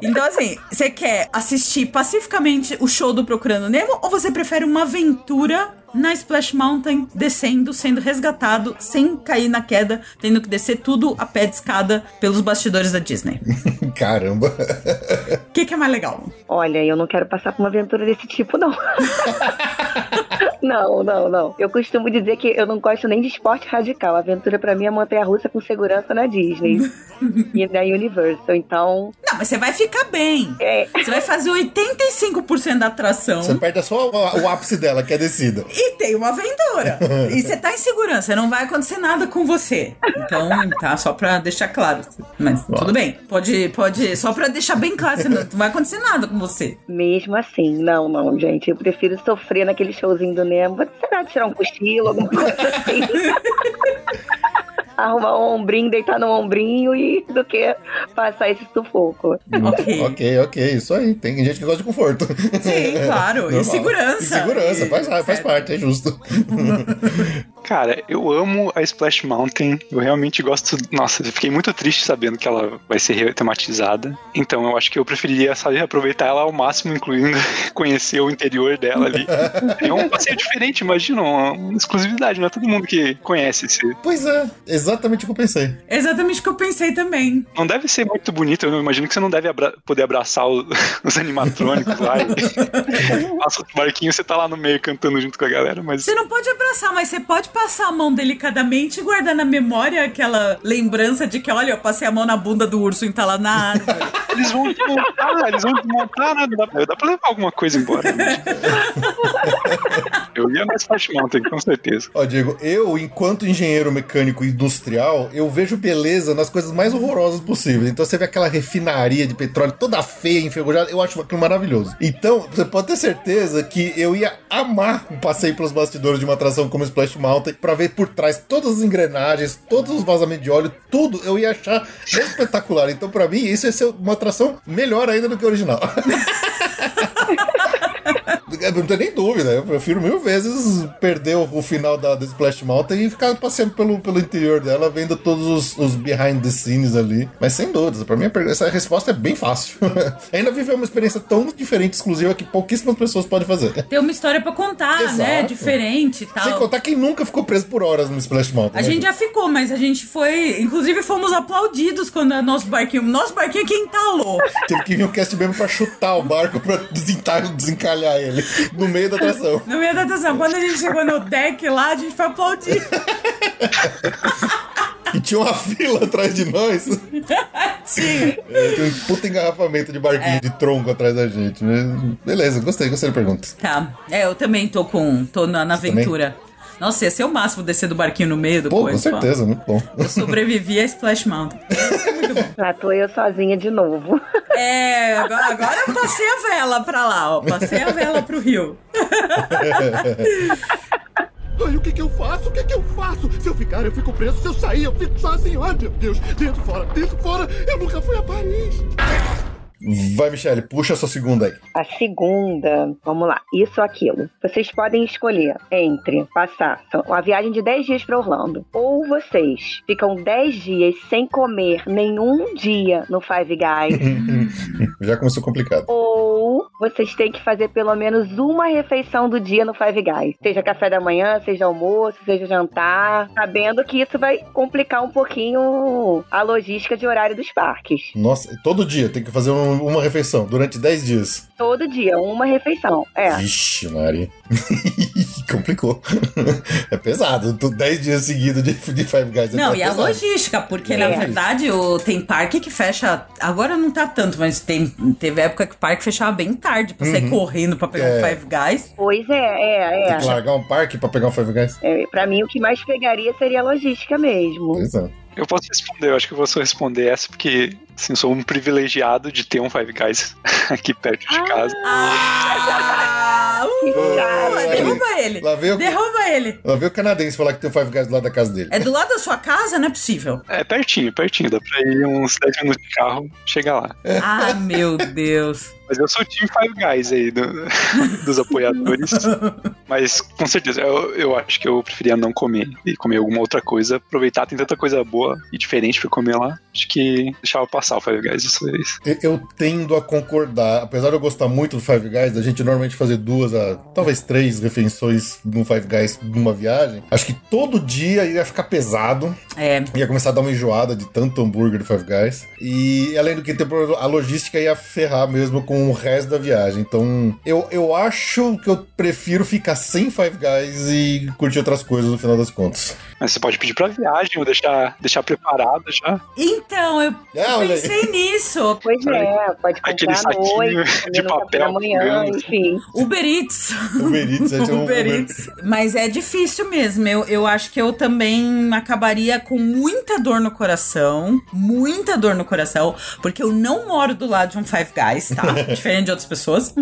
Então, assim, você quer assistir pacificamente o show do Procurando Nemo ou você prefere uma aventura na Splash Mountain, descendo, sendo resgatado, sem cair na queda, tendo que descer tudo a pé de escada pelos bastidores da Disney?
Caramba.
O que, que é mais legal?
Olha, eu não quero passar por uma aventura desse tipo, não. não, não, não. Eu costumo dizer que eu não gosto nem de esporte radical. Aventura pra mim é montanha russa com segurança na Disney e na Universal. Então,
Não, mas você vai ficar bem.
é,
Você vai fazer 85% da atração.
Você perde só o, o ápice dela, que é a descida.
E tem uma aventura. E você tá em segurança, não vai acontecer nada com você. Então, tá, só pra deixar claro. Mas tudo bem, pode, pode, só pra deixar bem claro, você não, não vai acontecer nada com você.
mesmo assim, não, não, gente. Eu prefiro sofrer naquele showzinho do Nemo. Será que tirar um cochilo, alguma coisa assim? Arrumar um ombrinho, deitar no ombrinho e do que passar esse sufoco.
Ok.
ok, ok, isso aí. Tem gente que gosta de conforto.
Sim, claro, e
Normal.
segurança.
E segurança,
E-
faz, faz
certo.
parte, é justo.
Cara, eu amo a Splash Mountain. Eu realmente gosto. Nossa, eu fiquei muito triste sabendo que ela vai ser retematizada. Então eu acho que eu preferiria, sabe, aproveitar ela ao máximo, incluindo conhecer o interior dela ali. É um passeio diferente, imagina, uma uma exclusividade, não é todo mundo que conhece esse.
Pois é, exatamente o que eu pensei.
É Exatamente o que eu pensei também.
Não deve ser muito bonito, eu não imagino que você não deve abra- poder abraçar o- os animatrônicos lá. e- Passa o barquinho, você tá lá no meio cantando junto com a galera, mas
Você não pode abraçar, mas você pode passar a mão delicadamente e guardar na memória aquela lembrança de que, olha, eu passei a mão na bunda do urso entalado na árvore.
eles vão desmontar, eles vão desmontar, né? Dá pra, dá pra levar alguma coisa embora. né? Eu ia mais Flash Mountain, com certeza.
Ó, Diego, eu, enquanto engenheiro mecânico industrial, eu vejo beleza nas coisas mais horrorosas possíveis. Então você vê aquela refinaria de petróleo toda feia, enferrujada, eu acho aquilo maravilhoso. Então, você pode ter certeza que eu ia amar um passeio pelos bastidores de uma atração como Splash Mountain pra ver por trás todas as engrenagens, todos os vazamentos de óleo, tudo eu ia achar espetacular. Então, pra mim, isso ia ser uma atração melhor ainda do que a original. É, Não tem nem dúvida, eu prefiro mil vezes perder o, o final da, da Splash Mountain e ficar passeando pelo, pelo interior dela, vendo todos os, os behind the scenes ali. Mas sem dúvidas, pra mim a pergunta- essa resposta é bem fácil. Ainda viver uma experiência tão diferente, exclusiva, que pouquíssimas pessoas podem fazer.
Ter uma história pra contar, né?
Exato.
Diferente e tal.
Sem contar quem nunca ficou preso por horas no Splash Mountain.
A
né,
gente
gente?
já ficou, mas a gente foi. Inclusive, fomos aplaudidos quando o nosso barquinho. Nosso barquinho é tá que entalou.
Teve que vir um cast mesmo pra chutar o barco pra desentar- desencalhar ele no meio da atração.
No meio da atenção, quando a gente chegou no deck lá, a gente foi aplaudido.
E tinha uma fila atrás de nós.
Sim.
É, tem um puta engarrafamento de barquinho de tronco atrás da gente. né? Beleza, gostei, gostei da pergunta.
Tá. É, eu também tô com. tô na, na aventura. Nossa, ia ser o máximo descer do barquinho no meio
Pô,
depois.
com certeza, muito bom.
pô. Eu sobrevivi a Splash Mountain.
Lá Ah, tô eu sozinha de novo.
É, agora, agora eu passei a vela pra lá, ó. Passei a vela pro rio.
Ai, o que que eu faço? O que que eu faço? Se eu ficar, eu fico preso. Se eu sair, eu fico sozinho. Ai, meu Deus. Dentro, fora, dentro, fora. Eu nunca fui a Paris.
Vai, Michele, puxa a sua segunda aí.
A segunda, vamos lá, isso ou aquilo. Vocês podem escolher entre passar uma viagem de 10 dias pra Orlando ou vocês ficam 10 dias sem comer nenhum dia no Five Guys
Já começou complicado.
ou vocês têm que fazer pelo menos uma refeição do dia no Five Guys, seja café da manhã, seja almoço, seja jantar, sabendo que isso vai complicar um pouquinho a logística de horário dos parques.
Nossa, todo dia tem que fazer um- uma refeição durante 10 dias.
Todo dia, uma refeição. É.
Vixe, Mari. Complicou. é pesado. Tu- 10 dias seguidos de, de Five Guys. é
Não, e a
pesado.
logística, porque na
É.
verdade o, tem parque que fecha. Agora não tá tanto, mas tem, teve época que o parque fechava bem tarde pra sair correndo pra pegar o
Uhum. É.
Five Guys.
Pois é, é,
Tem que
é.
largar um parque pra pegar um Five Guys.
é pra mim, o que mais pegaria seria a logística mesmo.
Pois é.
Eu posso responder, eu acho que eu vou só responder essa, porque assim, eu sou um privilegiado de ter um Five Guys aqui perto de
Ah.
casa.
Ah!
Que chato.
Uh, derruba ele!
Lá veio,
Derruba ele!
lá veio o canadense falar que tem um Five Guys do lado da casa dele.
É do lado da sua casa? Não é possível.
É pertinho, pertinho, dá pra ir uns 10 minutos de carro, chegar lá.
Ah, meu Deus.
Mas eu sou o time Five Guys aí do- dos apoiadores. Mas com certeza, eu, eu acho que eu preferia não comer e comer alguma outra coisa. Aproveitar, tem tanta coisa boa e diferente pra comer lá. Acho que deixava passar o Five Guys dessa vez.
Eu- Eu tendo a concordar. Apesar de eu gostar muito do Five Guys, da gente normalmente fazer duas, a, talvez três refeições no Five Guys numa viagem, acho que todo dia ia ficar pesado.
É.
Ia começar a dar uma enjoada de tanto hambúrguer do Five Guys. E além do que, tem problema, a logística ia ferrar mesmo com o resto da viagem. Então, eu, eu acho que eu prefiro ficar sem Five Guys e curtir outras coisas no final das contas.
Mas você pode pedir pra viagem ou deixar, deixar preparado já.
Então, eu
Ah, olha aí.
pensei nisso.
Pois é, pode comprar
Aquele
à
saquinho
noite,
de
comer no café da
papel
manhã,
grande.
enfim.
Uber Eats.
Uber Eats, é um
Uber Eats. Mas é difícil mesmo. Eu, eu acho que eu também acabaria com muita dor no coração. Muita dor no coração. Porque eu não moro do lado de um Five Guys, tá? Diferente de outras pessoas.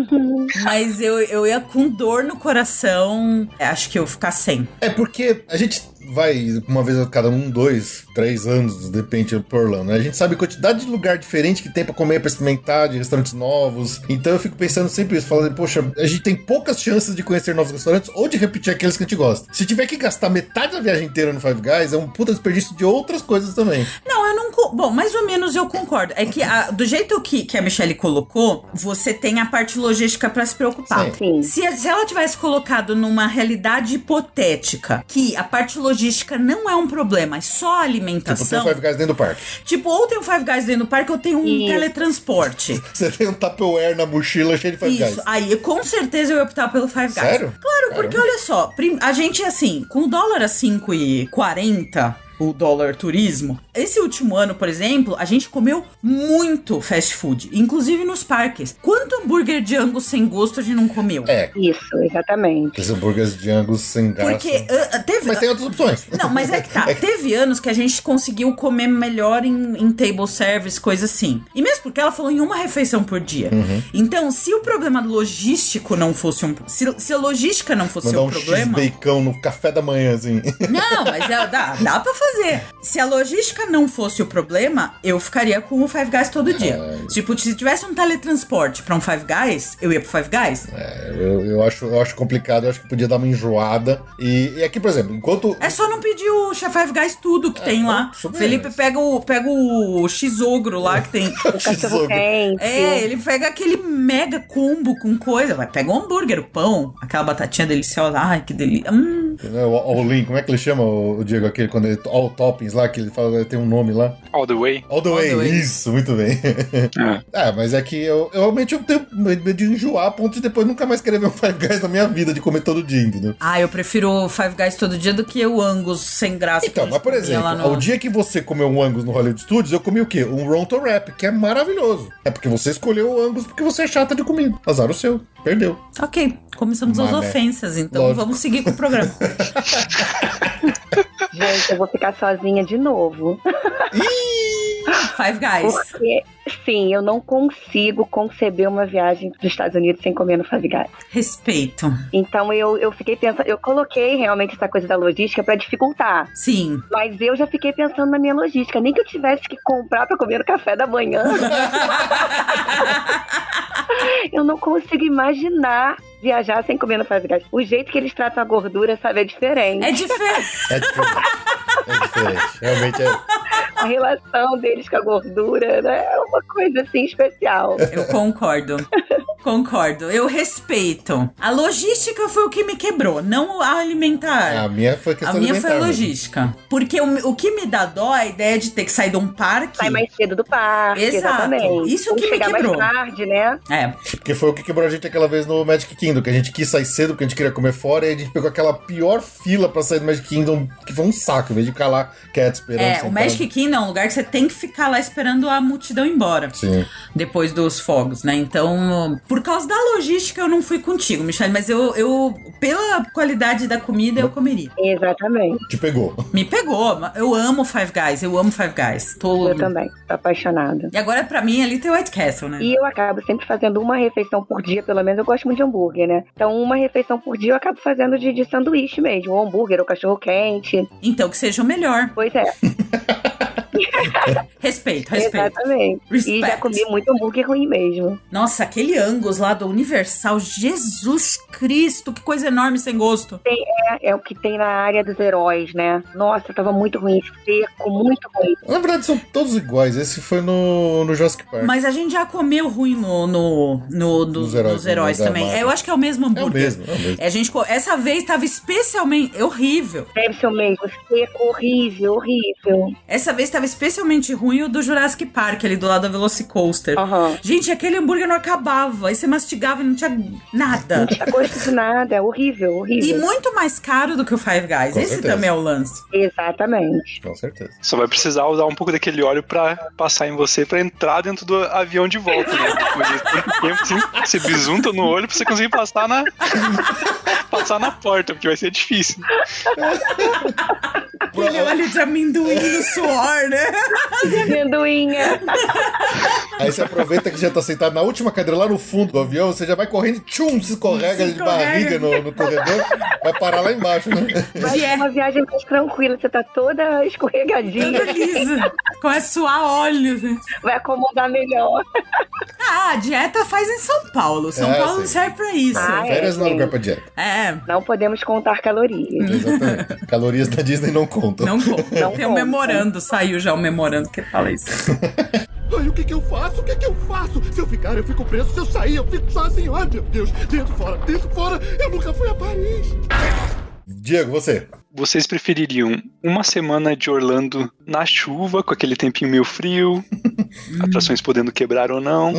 Mas eu, eu ia com dor no coração. É, Acho que eu ia ficar sem.
É porque a gente vai uma vez a cada um, dois, três anos, depende por Orlando. né? A gente sabe a quantidade de lugar diferente que tem pra comer, pra experimentar, de restaurantes novos. Então eu fico pensando sempre isso, falando, poxa, a gente tem poucas chances de conhecer novos restaurantes ou de repetir aqueles que a gente gosta. Se tiver que gastar metade da viagem inteira no Five Guys, é um puta desperdício de outras coisas também.
Não, eu não. co- Bom, mais ou menos eu concordo. É que a- do jeito que, que a Michelle colocou, você tem a parte logística pra se preocupar.
Sim.
Sim.
Se, se ela tivesse colocado numa realidade hipotética que a parte logística não é um problema, é só a
Tipo, tem
alimentação.
o Five Guys dentro do parque.
Tipo, ou tem um Five Guys dentro do parque ou tem um
Isso.
teletransporte.
Você tem um Tupperware na mochila cheio de Five
Isso,
Guys.
aí com certeza eu ia optar pelo Five Guys.
Sério?
Claro, porque olha só, prim- a gente assim, com o dólar a 5,40, o dólar turismo, esse último ano, por exemplo, a gente comeu muito fast food, inclusive nos parques. Quanto hambúrguer de Angus sem gosto a gente não comeu?
É,
Isso, exatamente.
aqueles hambúrgueres de Angus sem graça.
Porque ah, ah, teve.
Mas tem outras opções.
Não, mas é que tá. Teve anos que a gente conseguiu comer melhor em, em table service, coisa assim. E mesmo porque ela falou em uma refeição por dia.
Uhum.
Então, se o problema logístico não fosse um. Se, se a logística não fosse
Mandar
o
um
problema.
X-Bacon no café da manhã, assim.
Não, mas é, dá, dá pra fazer. Se a logística não fosse o problema, eu ficaria com o Five Guys todo dia.
É.
Tipo, se tivesse um teletransporte pra um Five Guys, eu ia pro Five Guys.
É. Eu, eu acho, eu acho complicado, eu acho que podia dar uma enjoada. E, e aqui, por exemplo, enquanto.
É só não pedir o Chef Five Guys tudo que tem lá.
É, isso mesmo.
Felipe pega o, pega o X-ogro lá que tem.
Cachorro quente.
É, ele pega aquele mega combo com coisa. Vai, pega um hambúrguer, o pão, aquela batatinha deliciosa. Ai, que delícia. Hum.
né, o All In, como é que ele chama o o Diego aquele? Quando ele, all Toppings lá, que ele fala, tem um nome lá.
All the way.
All the,
All
way.
the way.
isso, muito bem. ah, mas é que eu, eu realmente eu tenho medo de enjoar a ponto de depois nunca mais querer ver um Five Guys na minha vida, de comer todo dia, entendeu?
Ah, eu prefiro o Five Guys todo dia do que o Angus sem graça.
Então,
que
mas por
a gente comia
exemplo,
lá no-
ao dia que você comeu um Angus no Hollywood Studios, eu comi o quê? Um Ronto Wrap, que é maravilhoso. É porque você escolheu o Angus porque você é chata de comida. Azar o seu, perdeu.
Ok, começamos as
Mas, né?
ofensas, então
Lógico.
vamos seguir com o programa.
Gente, eu vou ficar sozinha de novo.
Five Guys.
Porque, sim, eu não consigo conceber uma viagem dos Estados Unidos sem comer no Five Guys.
Respeito.
Então eu, eu fiquei pensando, eu coloquei realmente essa coisa da logística pra dificultar.
Sim.
Mas eu já fiquei pensando na minha logística. Nem que eu tivesse que comprar pra comer no café da manhã. eu não consigo imaginar viajar sem comer no Five Guys. O jeito que eles tratam a gordura, sabe, é diferente.
É diferente.
É diferente. é diferente. Realmente é.
então.
A relação deles com a gordura né, é uma coisa assim especial.
Eu concordo. Concordo, eu respeito. A logística foi o que me quebrou, não a alimentar.
é, A minha foi questão
A minha foi a
alimentar, né?
logística. Porque o, o que me dá dó é a ideia de ter que sair de um parque.
Sai mais cedo do parque,
Exato.
exatamente.
Isso
Ou
que me
chegar
quebrou.
mais tarde, né?
É,
Porque foi o que quebrou a gente aquela vez no Magic Kingdom, que a gente quis sair cedo porque a gente queria comer fora e a gente pegou aquela pior fila pra sair do Magic Kingdom, que foi um saco, em vez de ficar lá quieto esperando.
é o
sentado.
Magic Kingdom é um lugar que você tem que ficar lá esperando a multidão ir embora.
Sim.
Depois dos fogos, né? Então, por causa da logística, eu não fui contigo, Michelle. Mas eu, eu pela qualidade da comida, eu comeria.
Exatamente.
Te pegou.
Me pegou. Eu amo Five Guys. Eu amo Five Guys. Tô...
Eu também, tô apaixonada.
E agora, pra mim, ali tem White Castle, né?
E eu acabo sempre fazendo uma refeição por dia, pelo menos eu gosto muito de hambúrguer, né? Então, uma refeição por dia eu acabo fazendo de, de sanduíche mesmo, ou hambúrguer, ou cachorro quente.
Então, que seja o melhor.
Pois é,
Respeito, respeito.
exatamente. E já
Respect.
comi muito hambúrguer ruim mesmo.
Nossa, aquele Angus lá do Universal. Jesus Cristo, que coisa enorme sem gosto.
É, é o que tem na área dos heróis, né? Nossa, tava muito ruim, seco, muito ruim.
Na verdade, são todos iguais. Esse foi no, no Jurassic Park.
Mas a gente já comeu ruim no, no, no- no-
Nos heróis,
nos heróis
né, da
também.
Marvel.
Eu acho que é o mesmo
É o
hambúrguer.
mesmo, é o mesmo.
A gente, co- essa vez tava especialmente é horrível.
Deve ser o mesmo, seco, horrível, horrível.
Essa vez tava especialmente ruim o do Jurassic Park, ali do lado da Velocicoaster.
Aham.
Gente, aquele hambúrguer não acabava. Aí você mastigava e não tinha nada.
Não tinha gosto de nada, é horrível,
E
horrível.
muito mais caro do que o Five Guys.
Com
Esse
certeza.
também é o lance.
Exatamente.
Com certeza.
Só vai precisar usar um pouco daquele óleo pra passar em você pra entrar dentro do avião de volta, né? Depois de tanto tempo, assim, você bisunta no olho pra você conseguir passar na. passar na porta, porque vai ser difícil.
Aquele óleo de amendoim no suor, né?
Amendoinha.
Aí você aproveita que já tá sentado na última cadeira lá no fundo do avião, você já vai correndo, tchum, se escorrega
Se
de barriga
escorrega.
no, no corredor, vai parar lá embaixo, né?
Mas é uma viagem mais tranquila, você tá toda escorregadinha,
Toda lisa. Começa a suar óleo. né?
vai acomodar melhor.
Ah, a dieta faz em São Paulo. São
É,
Paulo
sim.
serve pra isso.
Ah, é.
Férias não é lugar
gente.
pra dieta.
É.
Não podemos contar calorias.
Exatamente. É. Calorias da Disney não contam.
Não conta.
Não
Tem um
conta.
memorando, saiu já o memorando que fala isso.
Ai, o que que eu faço? O que que eu faço? Se eu ficar, eu fico preso. Se eu sair, eu fico sozinho. Ai, meu Deus. Dentro, fora, dentro, fora. Eu nunca fui a Paris.
Diego, você.
Vocês prefeririam uma semana de Orlando na chuva, com aquele tempinho meio frio, atrações podendo quebrar ou não,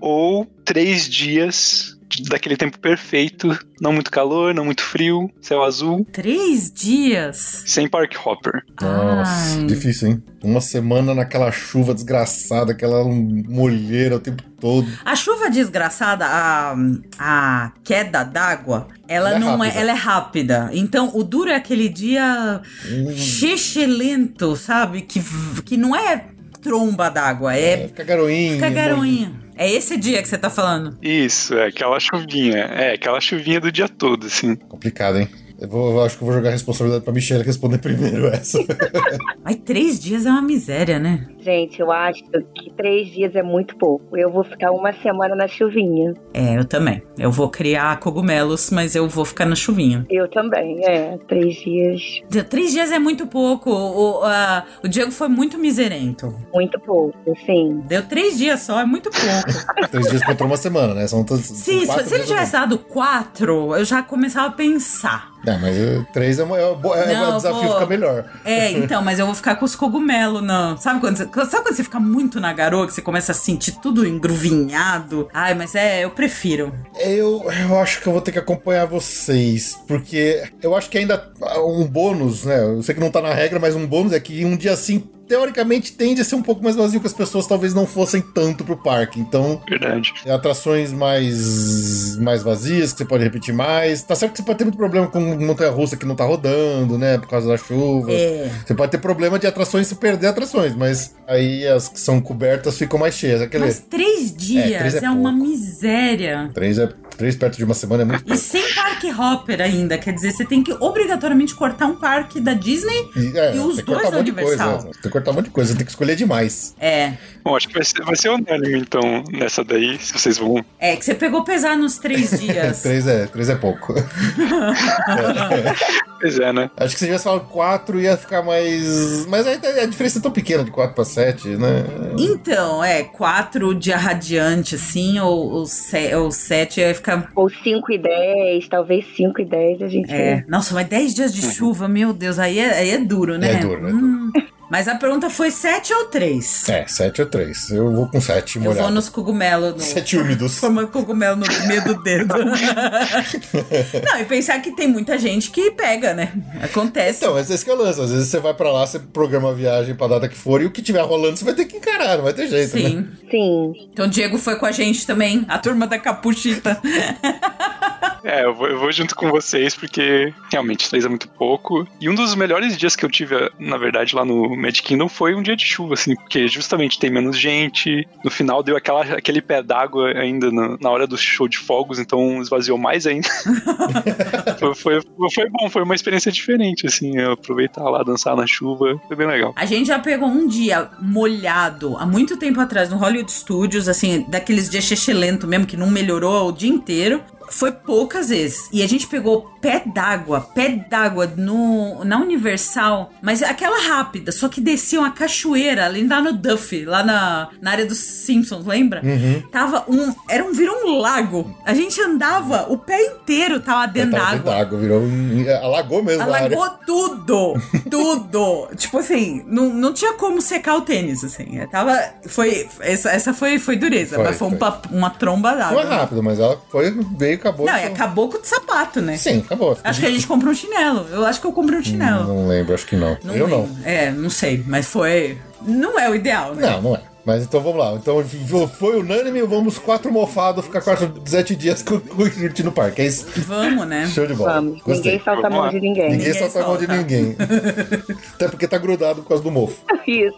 ou três dias de- daquele tempo perfeito, não muito calor, não muito frio, céu azul,
Três dias?
sem Park Hopper.
Nossa,
Ai.
difícil, hein? Uma semana naquela chuva desgraçada, aquela molheira o tempo todo.
A chuva desgraçada, a, a queda d'água, ela,
Ela é
não é,
rápida.
ela é rápida. Então, o duro é aquele dia
Hum.
chechelento, sabe? Que, que não é tromba d'água, é,
Fica garoinha.
fica
molhinho.
garoinha. É esse dia que você tá falando.
Isso, é aquela chuvinha, é aquela chuvinha do dia todo, assim.
Complicado, hein? Eu, vou- eu acho que eu vou jogar a responsabilidade pra Michelle responder primeiro essa.
Mas três dias é uma miséria, né?
Gente, eu acho que três dias é muito pouco. Eu vou ficar uma semana na chuvinha.
É, eu também. Eu vou criar cogumelos, mas eu vou ficar na chuvinha.
Eu também, é. Três dias,
De- Três dias é muito pouco. O, o- a- o Diego foi muito miserento.
muito pouco, assim. sim.
Deu três dias só, é muito pouco.
Três dias contra uma semana, né? São todos.
Sim,
quatro
se, se ele
dias é
tivesse dado quatro, eu já começava a pensar.
É, mas eh, três é, o maior- bo- é,
Não,
o desafio
pô.
fica melhor.
É, então, mas eu vou ficar com os cogumelos, não. Sabe quando, você, sabe quando você fica muito na garoa, que você começa a sentir tudo engruvinhado? Ai, mas é, eu prefiro.
Eu, eu acho que eu vou ter que acompanhar vocês, porque eu acho que ainda ah, um bônus, né? Eu sei que não tá na regra, mas um bônus é que um dia assim, teoricamente, tende a ser um pouco mais vazio, que as pessoas talvez não fossem tanto pro parque. Então,
Verdade.
atrações mais, mais vazias, que você pode repetir mais. Tá certo que você pode ter muito problema com montanha-russa que não tá rodando, né? Por causa da chuva.
É.
Você pode ter problema de atrações se perder atrações, mas aí as que são cobertas ficam mais cheias. Aquele...
Mas três dias é,
três é
uma
pouco.
miséria.
Três, é, três perto de uma semana é muito
E sem parque hopper ainda, quer dizer, você tem que obrigatoriamente cortar um parque da Disney.
E, é,
E os
tem que
dois
cortar um
da
monte de coisa.
Universal.
né? Tem que cortar um monte de coisa, tem que escolher demais.
É,
Bom, acho que vai ser, vai ser unânime, então, nessa daí, se vocês vão.
é que você pegou pesar nos três
É,
dias.
três, é, três é pouco.
Pois é, né?
Acho que se tivesse falado 4 ia ficar mais. Mas aí a diferença é tão pequena de 4 pra 7, né?
Então, é, quatro dia radiante, assim, ou, ou, se, ou sete, ia ficar.
Ou 5 e 10, talvez 5 e 10 a gente.
É. Nossa, mas dez dias de chuva, meu Deus, aí é, aí é duro, né?
Uhum. É duro, é duro.
Hum. Mas a pergunta foi sete ou três?
É, 7 ou 3. Eu vou com 7,
Eu vou
molhado.
nos cogumelos. No...
7 úmidos.
Formando cogumelo no meio do dedo. Não, e pensar que tem muita gente que pega, né? Acontece.
Então, mas esse que é o lance. Às vezes você vai pra lá, você programa a viagem pra data que for e o que tiver rolando você vai ter que encarar, não vai ter jeito, né?
Sim.
Sim.
Então o Diego foi com a gente também, a turma da Capuchita.
É, eu vou, eu vou junto com vocês, porque realmente três é muito pouco. E um dos melhores dias que eu tive, na verdade, lá no Magic Kingdom foi um dia de chuva, assim, porque justamente tem menos gente. No final deu aquela, aquele pé d'água ainda na, na hora do show de fogos, então esvaziou mais ainda. foi, foi, foi bom, foi uma experiência diferente, assim, eu aproveitar lá, dançar na chuva, foi bem legal.
A gente já pegou um dia molhado, há muito tempo atrás, no Hollywood Studios, assim, daqueles dias lento mesmo, que não melhorou o dia inteiro. Foi poucas vezes. E a gente pegou pé d'água, pé d'água no, na Universal, mas aquela rápida, só que descia uma cachoeira ali lá no Duff, lá na, na área dos Simpsons, lembra? Tava um. Era um. Virou um lago. A gente andava, o pé inteiro É, tava dentro
Tava
d'água.
d'água, virou. um- Alagou mesmo a área.
Alagou tudo, tudo. tipo assim, não, não tinha como secar o tênis, assim. Eu tava, foi, essa, essa foi, foi dureza,
Foi,
mas foi, um
foi.
pa- uma tromba
Foi
d'água.
é rápido, mas ela foi, veio e acabou.
Não, e
Então-
acabou com o sapato, né?
Sim, acabou.
Acho que a gente comprou um chinelo. Eu acho que eu comprei um chinelo.
Não lembro, acho que não. Eu não.
lembro. É, não sei, mas foi. Não é o ideal, né?
Não, não é. Mas então vamos lá. Então foi unânime, vamos quatro mofados, ficar quatro, sete dias com com o Yurt no parque. É isso.
Vamos, né?
Show de bola.
Vamos.
Gostei.
Ninguém solta a mão de ninguém.
Ninguém,
Ninguém
solta a mão de
solta.
ninguém. Até porque tá grudado por causa do mofo.
Isso.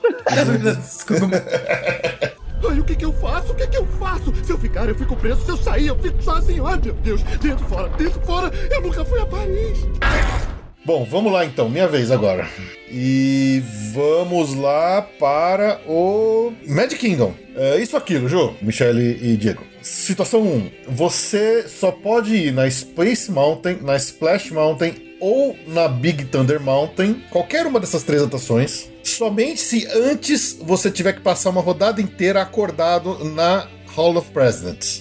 Ai, o que que eu faço? O que que eu faço? Se eu ficar, eu fico preso. Se eu sair, eu fico sozinho. Ai, meu Deus. Dentro, fora, dentro, fora. Eu nunca fui a Paris.
Bom, vamos lá então, minha vez agora. E vamos lá para o Magic Kingdom. É isso aquilo, Ju, Michele e Diego. Situação 1. Você só pode ir na Space Mountain, na Splash Mountain ou na Big Thunder Mountain, qualquer uma dessas três atrações, somente se antes você tiver que passar uma rodada inteira acordado na Hall of Presidents.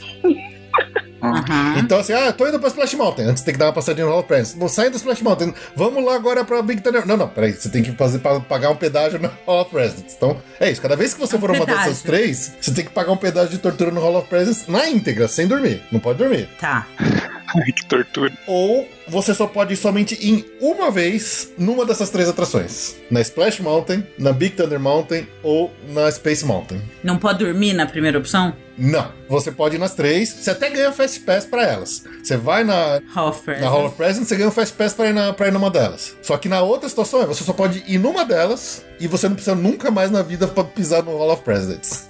Aham.
Então, assim, ah, tô indo pra Splash Mountain. Antes tem que dar uma passadinha no Hall of Presidents. Não sai da Splash Mountain. Vamos lá agora pra Big Thunder. Não, não, peraí. Você tem que fazer, pa- pagar um pedágio no Hall of Presidents. Então, é isso. Cada vez que você
É um
for uma
pedágio.
dessas três, você tem que pagar um pedágio de tortura no Hall of Presidents na íntegra, sem dormir. Não pode dormir.
Tá.
Ai, que tortura.
Ou você só pode ir somente em uma vez numa dessas três atrações: na Splash Mountain, na Big Thunder Mountain ou na Space Mountain.
Não pode dormir na primeira opção?
Não, você pode ir nas três, você até ganha Fast Pass pra elas. Você vai na,
Hoffer.
Na Hall of Presidents você ganha um Fast Pass pra ir, na, pra ir numa delas. Só que na outra situação é, você só pode ir numa delas e você não precisa nunca mais na vida pra pisar no Hall of Presidents.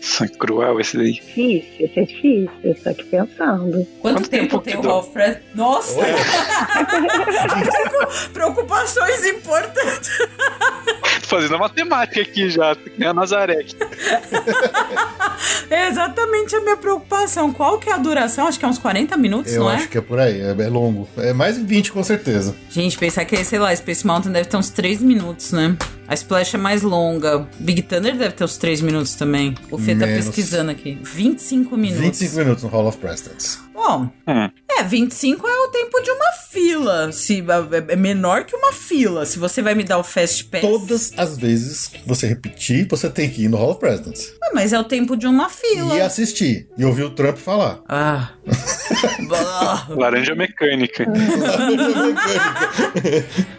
Isso é cruel esse daí.
Difícil, isso é difícil. Só que pensando.
Quanto,
Quanto
tempo,
tempo
tem
que
o
dá?
Hoffer? Nossa!
Olha.
Preocu- Preocupações importantes.
Tô fazendo a matemática aqui já, que nem a Nazaré.
É exatamente a minha preocupação. Qual que é a duração? Acho que é uns 40 minutos,
Eu
não
acho
é?
que é por aí, é, é longo. É mais de 20 com certeza.
Gente, pensar que, sei lá, Space Mountain deve ter uns 3 minutos, né? A Splash é mais longa. Big Thunder deve ter uns 3 minutos também. O Fê tá
Menos.
pesquisando aqui. 25 minutos.
25 minutos no Hall of Presidents.
Bom,
Hum.
é, 25 é o tempo de uma fila. Se, é é menor que uma fila. Se você vai me dar o Fast Pass.
Todas as vezes que você repetir, você tem que ir no Hall of Presidents.
Ah, mas é o tempo de uma fila.
E assistir. E ouvir o Trump falar.
Ah. Bah.
Laranja mecânica.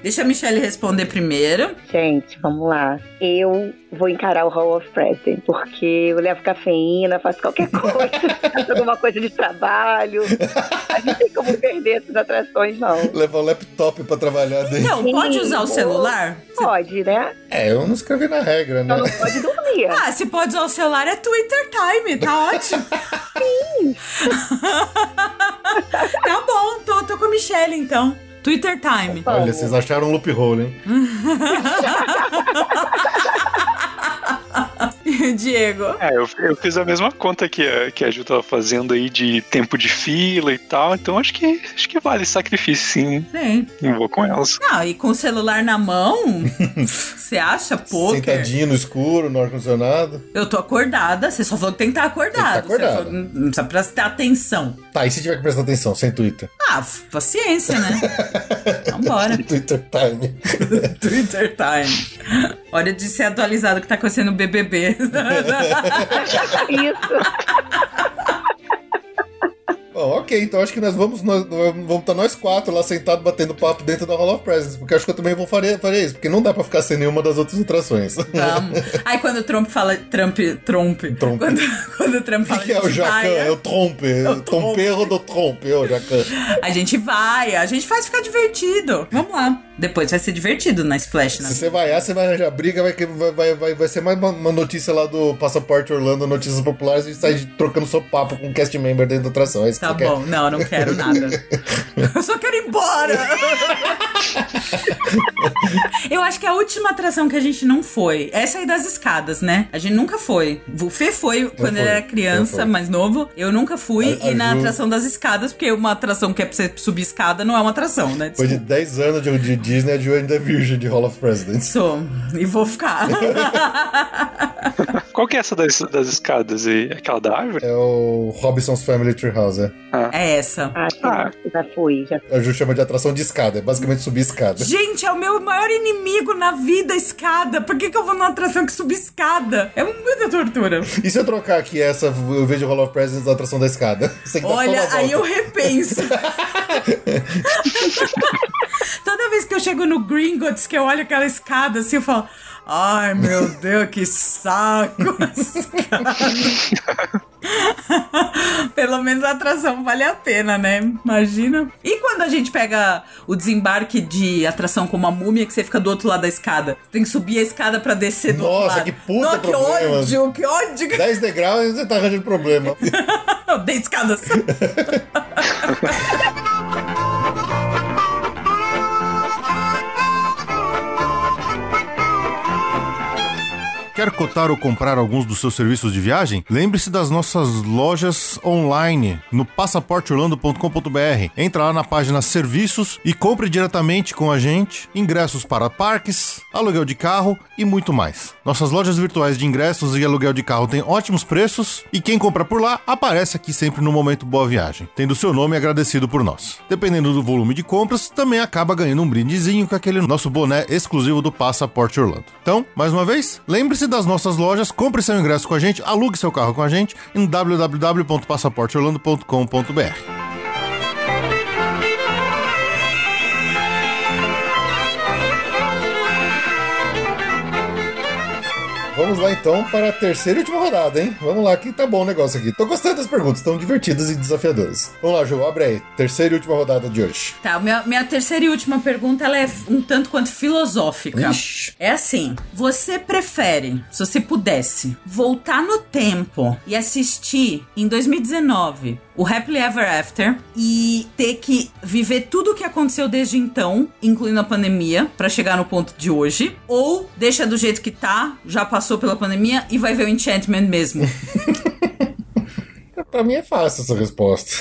Deixa a Michelle responder primeiro.
Gente, vamos lá. Eu vou encarar o Hall of Presidents, porque eu levo cafeína, faço qualquer coisa, faço alguma coisa de trabalho. A gente tem como perder essas atrações, não.
Levar o laptop pra trabalhar dentro.
Então, pode usar o celular?
Pode, né?
É, eu não escrevi na regra, né?
Só não pode dormir.
Ah, se pode usar o celular é Twitter Time, tá ótimo. tá bom, tô, tô com a Michelle então. Twitter Time.
Olha, vocês acharam um loophole, hein?
Diego?
É, eu, eu fiz a mesma conta que a, que a Ju tava fazendo aí de tempo de fila e tal, então acho que, acho que vale sacrifício sim.
Tem.
Não vou com elas.
Não, Ah, e com o celular na mão, você acha poker?
Sentadinho no escuro, no ar-condicionado.
Eu tô acordada, você só falou que tem que estar acordado.
Tem que tá
Você
acordado.
falou, "Não precisa prestar atenção.
Tá, e se tiver que prestar atenção, sem Twitter?
Ah, paciência, né? Vambora.
Twitter time.
Twitter time. Hora de ser atualizado o que tá acontecendo no BBB.
Isso.
Bom, ok, então acho que nós vamos nós, vamos estar nós quatro lá sentados batendo papo dentro da Hall of Presents, porque acho que eu também vou fazer, fazer isso, porque não dá pra ficar sem nenhuma das outras atrações.
Vamos. Aí quando o Trump fala. Trump. Trump.
Trump.
Quando, quando o Trump
O
fala.
que, que é
"A
o
gente
Jacan?
vai",
É o Trompe. É o
Trompe.
Trompeiro do Trompe, é o Jacan.
A gente vai, a gente faz ficar divertido. Vamos lá. Depois vai ser divertido na Splash, né?
Se você vaiar, você vai arranjar briga, vai, que- vai, vai, vai, vai ser mais uma, uma notícia lá do Passaporte Orlando, Notícias Populares, e sai trocando seu papo com um cast member dentro da atração. É isso que
Tá
você quer.
bom, não, não quero nada. Eu só quero ir embora. Eu acho que a última atração que a gente não foi, essa aí das escadas, né? A gente nunca foi. O Fê foi quando
fui,
ele era
não
criança,
fui.
mais novo. Eu nunca fui.
A- a
e na
Ju-
atração das escadas, porque uma atração que é pra você subir escada não é uma atração, né?
Depois de 10 anos de, de Disney, a Joanne da Virgem de Hall of Presidents.
Sou. E vou ficar.
Qual que é essa das, das escadas aí? Aquela da árvore?
É o Robson's Family Treehouse, é.
é essa.
Ah,
Ah.
sim. Já fui, já
A Ju chama de atração de escada, é basicamente subir escada.
Gente, é o meu maior inimigo na vida, escada. Por que, que eu vou numa atração que subi escada? É muita tortura.
E se eu trocar aqui essa, eu vejo Hall of Presidents da atração da escada? Você tem que tá dar toda a
Olha,
volta.
aí eu repenso. Toda vez que eu chego no Gringotts, que eu olho aquela escada assim, eu falo. Ai, meu Deus, que saco! escada." Pelo menos a atração vale a pena, né? Imagina. E quando a gente pega o desembarque de atração com uma múmia, que você fica do outro lado da escada? Tem que subir a escada pra descer do outro
Nossa,
lado.
que puta
Nossa, que
problema.
ódio, que ódio!
10 degraus e você tá arranjando problema.
Eu dei escadas.
Quer cotar ou comprar alguns dos seus serviços de viagem? Lembre-se das nossas lojas online no passaporteorlando.com.br. Entra lá na página Serviços e compre diretamente com a gente ingressos para parques, aluguel de carro e muito mais. Nossas lojas virtuais de ingressos e aluguel de carro têm ótimos preços e quem compra por lá aparece aqui sempre no momento Boa Viagem, tendo seu nome agradecido por nós. Dependendo do volume de compras, também acaba ganhando um brindezinho com aquele nosso boné exclusivo do Passaporte Orlando. Então, mais uma vez, lembre-se das nossas lojas, compre seu ingresso com a gente, alugue seu carro com a gente em www.passaporteorlando.com.br. Vamos lá então para a terceira e última rodada, hein? Vamos lá, que tá bom o negócio aqui. Tô gostando das perguntas, estão divertidas e desafiadoras. Vamos lá, Ju, abre aí. Terceira e última rodada de hoje.
Tá, minha, minha terceira e última pergunta ela é um tanto quanto filosófica.
Ixi.
É assim: você prefere, se você pudesse, voltar no tempo e assistir em 2019 o Happily Ever After e ter que viver tudo o que aconteceu desde então, incluindo a pandemia, pra chegar no ponto de hoje? Ou deixa do jeito que tá, já passou pela pandemia e vai ver o Enchantment mesmo?
Pra mim é fácil essa resposta.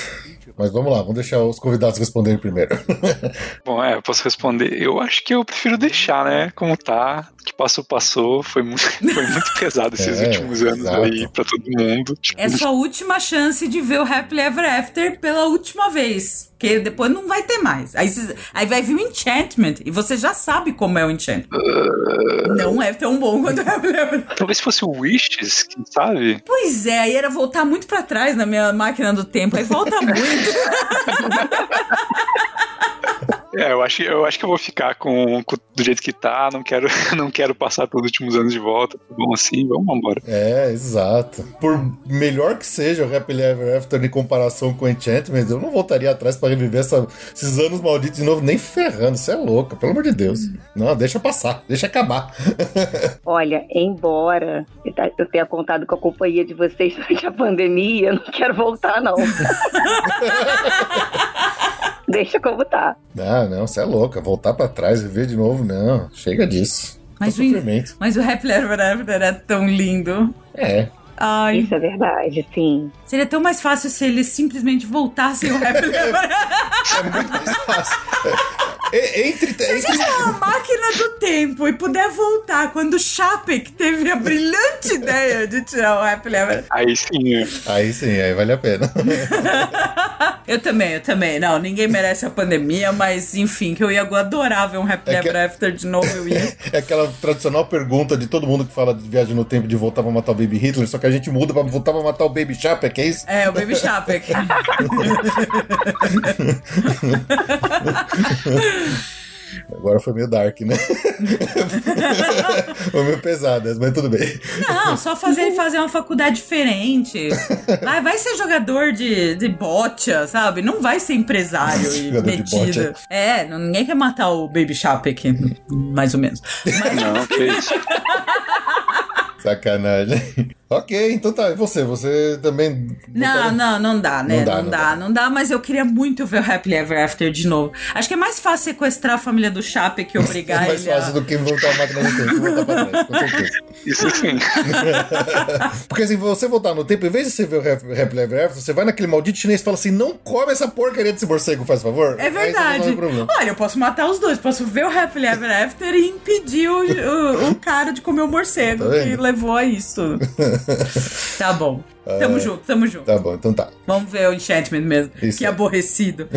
Mas vamos lá, vamos deixar os convidados responderem primeiro.
Bom, é, eu posso responder. Eu acho que eu prefiro deixar, né? Como tá. O que passou, passou. Foi muito, foi muito pesado esses
É,
últimos anos
exato.
aí pra todo mundo. Tipo,
É sua última chance de ver o Happily Ever After pela última vez. Porque depois não vai ter mais. Aí, cês- aí vai vir o Enchantment. E você já sabe como é o Enchantment. Não é tão bom quanto o Happily Ever After.
Talvez fosse o Wishes, quem sabe?
Pois é, aí era voltar muito pra trás na minha máquina do tempo. Aí volta muito.
É, eu acho, eu acho que eu vou ficar com, com- do jeito que tá. Não quero, não quero passar pelos últimos anos de volta. Tá bom assim, vamos embora.
É, exato. Por melhor que seja o Happily Ever After em comparação com Enchantment, eu não voltaria atrás pra reviver essa- esses anos malditos de novo, nem ferrando. Você é louca, pelo amor de Deus. Não, deixa passar, deixa acabar.
Olha, embora eu ta- eu tenha contado com a companhia de vocês durante a pandemia, eu não quero voltar, não. Deixa como tá.
Não, não, você é louca. Voltar pra trás, viver de novo, não. Chega disso.
Mas, o,
sofrimento.
mas o Happy Ever After é tão lindo.
É.
Ai,
Isso é verdade, sim.
seria tão mais fácil se eles simplesmente voltassem o Happy Ever After.
E- entre,
Se
entre,
for uma É máquina do tempo e puder voltar quando Chapek teve a brilhante ideia de tirar o Happy Ever
Aí sim, é.
Aí sim, aí vale a pena.
Eu também, eu também. Não, ninguém merece a pandemia, mas enfim, que eu ia adorar ver um Happy
É que-
Ever After de novo, eu ia.
É aquela tradicional pergunta de todo mundo que fala de viagem no tempo de voltar pra matar o Baby Hitler, só que a gente muda pra voltar pra matar o Baby Chapa, que é isso?
É, o Baby Chapek.
Agora foi meio dark, né? foi meio pesada, mas tudo bem.
Ah, Não, só fazer ele fazer uma faculdade diferente. Vai, vai ser jogador de, de bocha, sabe? Não vai ser empresário e
Jogador de
metido.
bocha.
É, não- ninguém quer matar o Baby Chapek, mais ou menos.
Não, que isso.
Sacanagem. ok, então tá. E você? Você também.
Não, não, não dá, né? Não dá, não dá, mas eu queria muito ver o Happy Ever After de novo. Acho que é mais fácil sequestrar a família do Chapek e obrigar
É mais
ele a...
fácil do que voltar a máquina no tempo. Voltar pra trás, com certeza.
Isso sim.
Porque assim, você voltar no tempo, em vez de você ver o Rap Rap Lever After, você vai naquele maldito chinês e fala assim: não come essa porcaria desse morcego, faz favor.
É
Aí você
verdade.
resolve o problema.
Olha, eu posso matar os dois. Posso ver o Happy Ever After e impedir o, o- o cara de comer o morcego
Tá
que
vendo?
levou a isso. tá bom. Tamo junto, tamo junto.
Tá bom, então tá.
Vamos ver o Enchantment mesmo.
Isso. é.
Que aborrecido.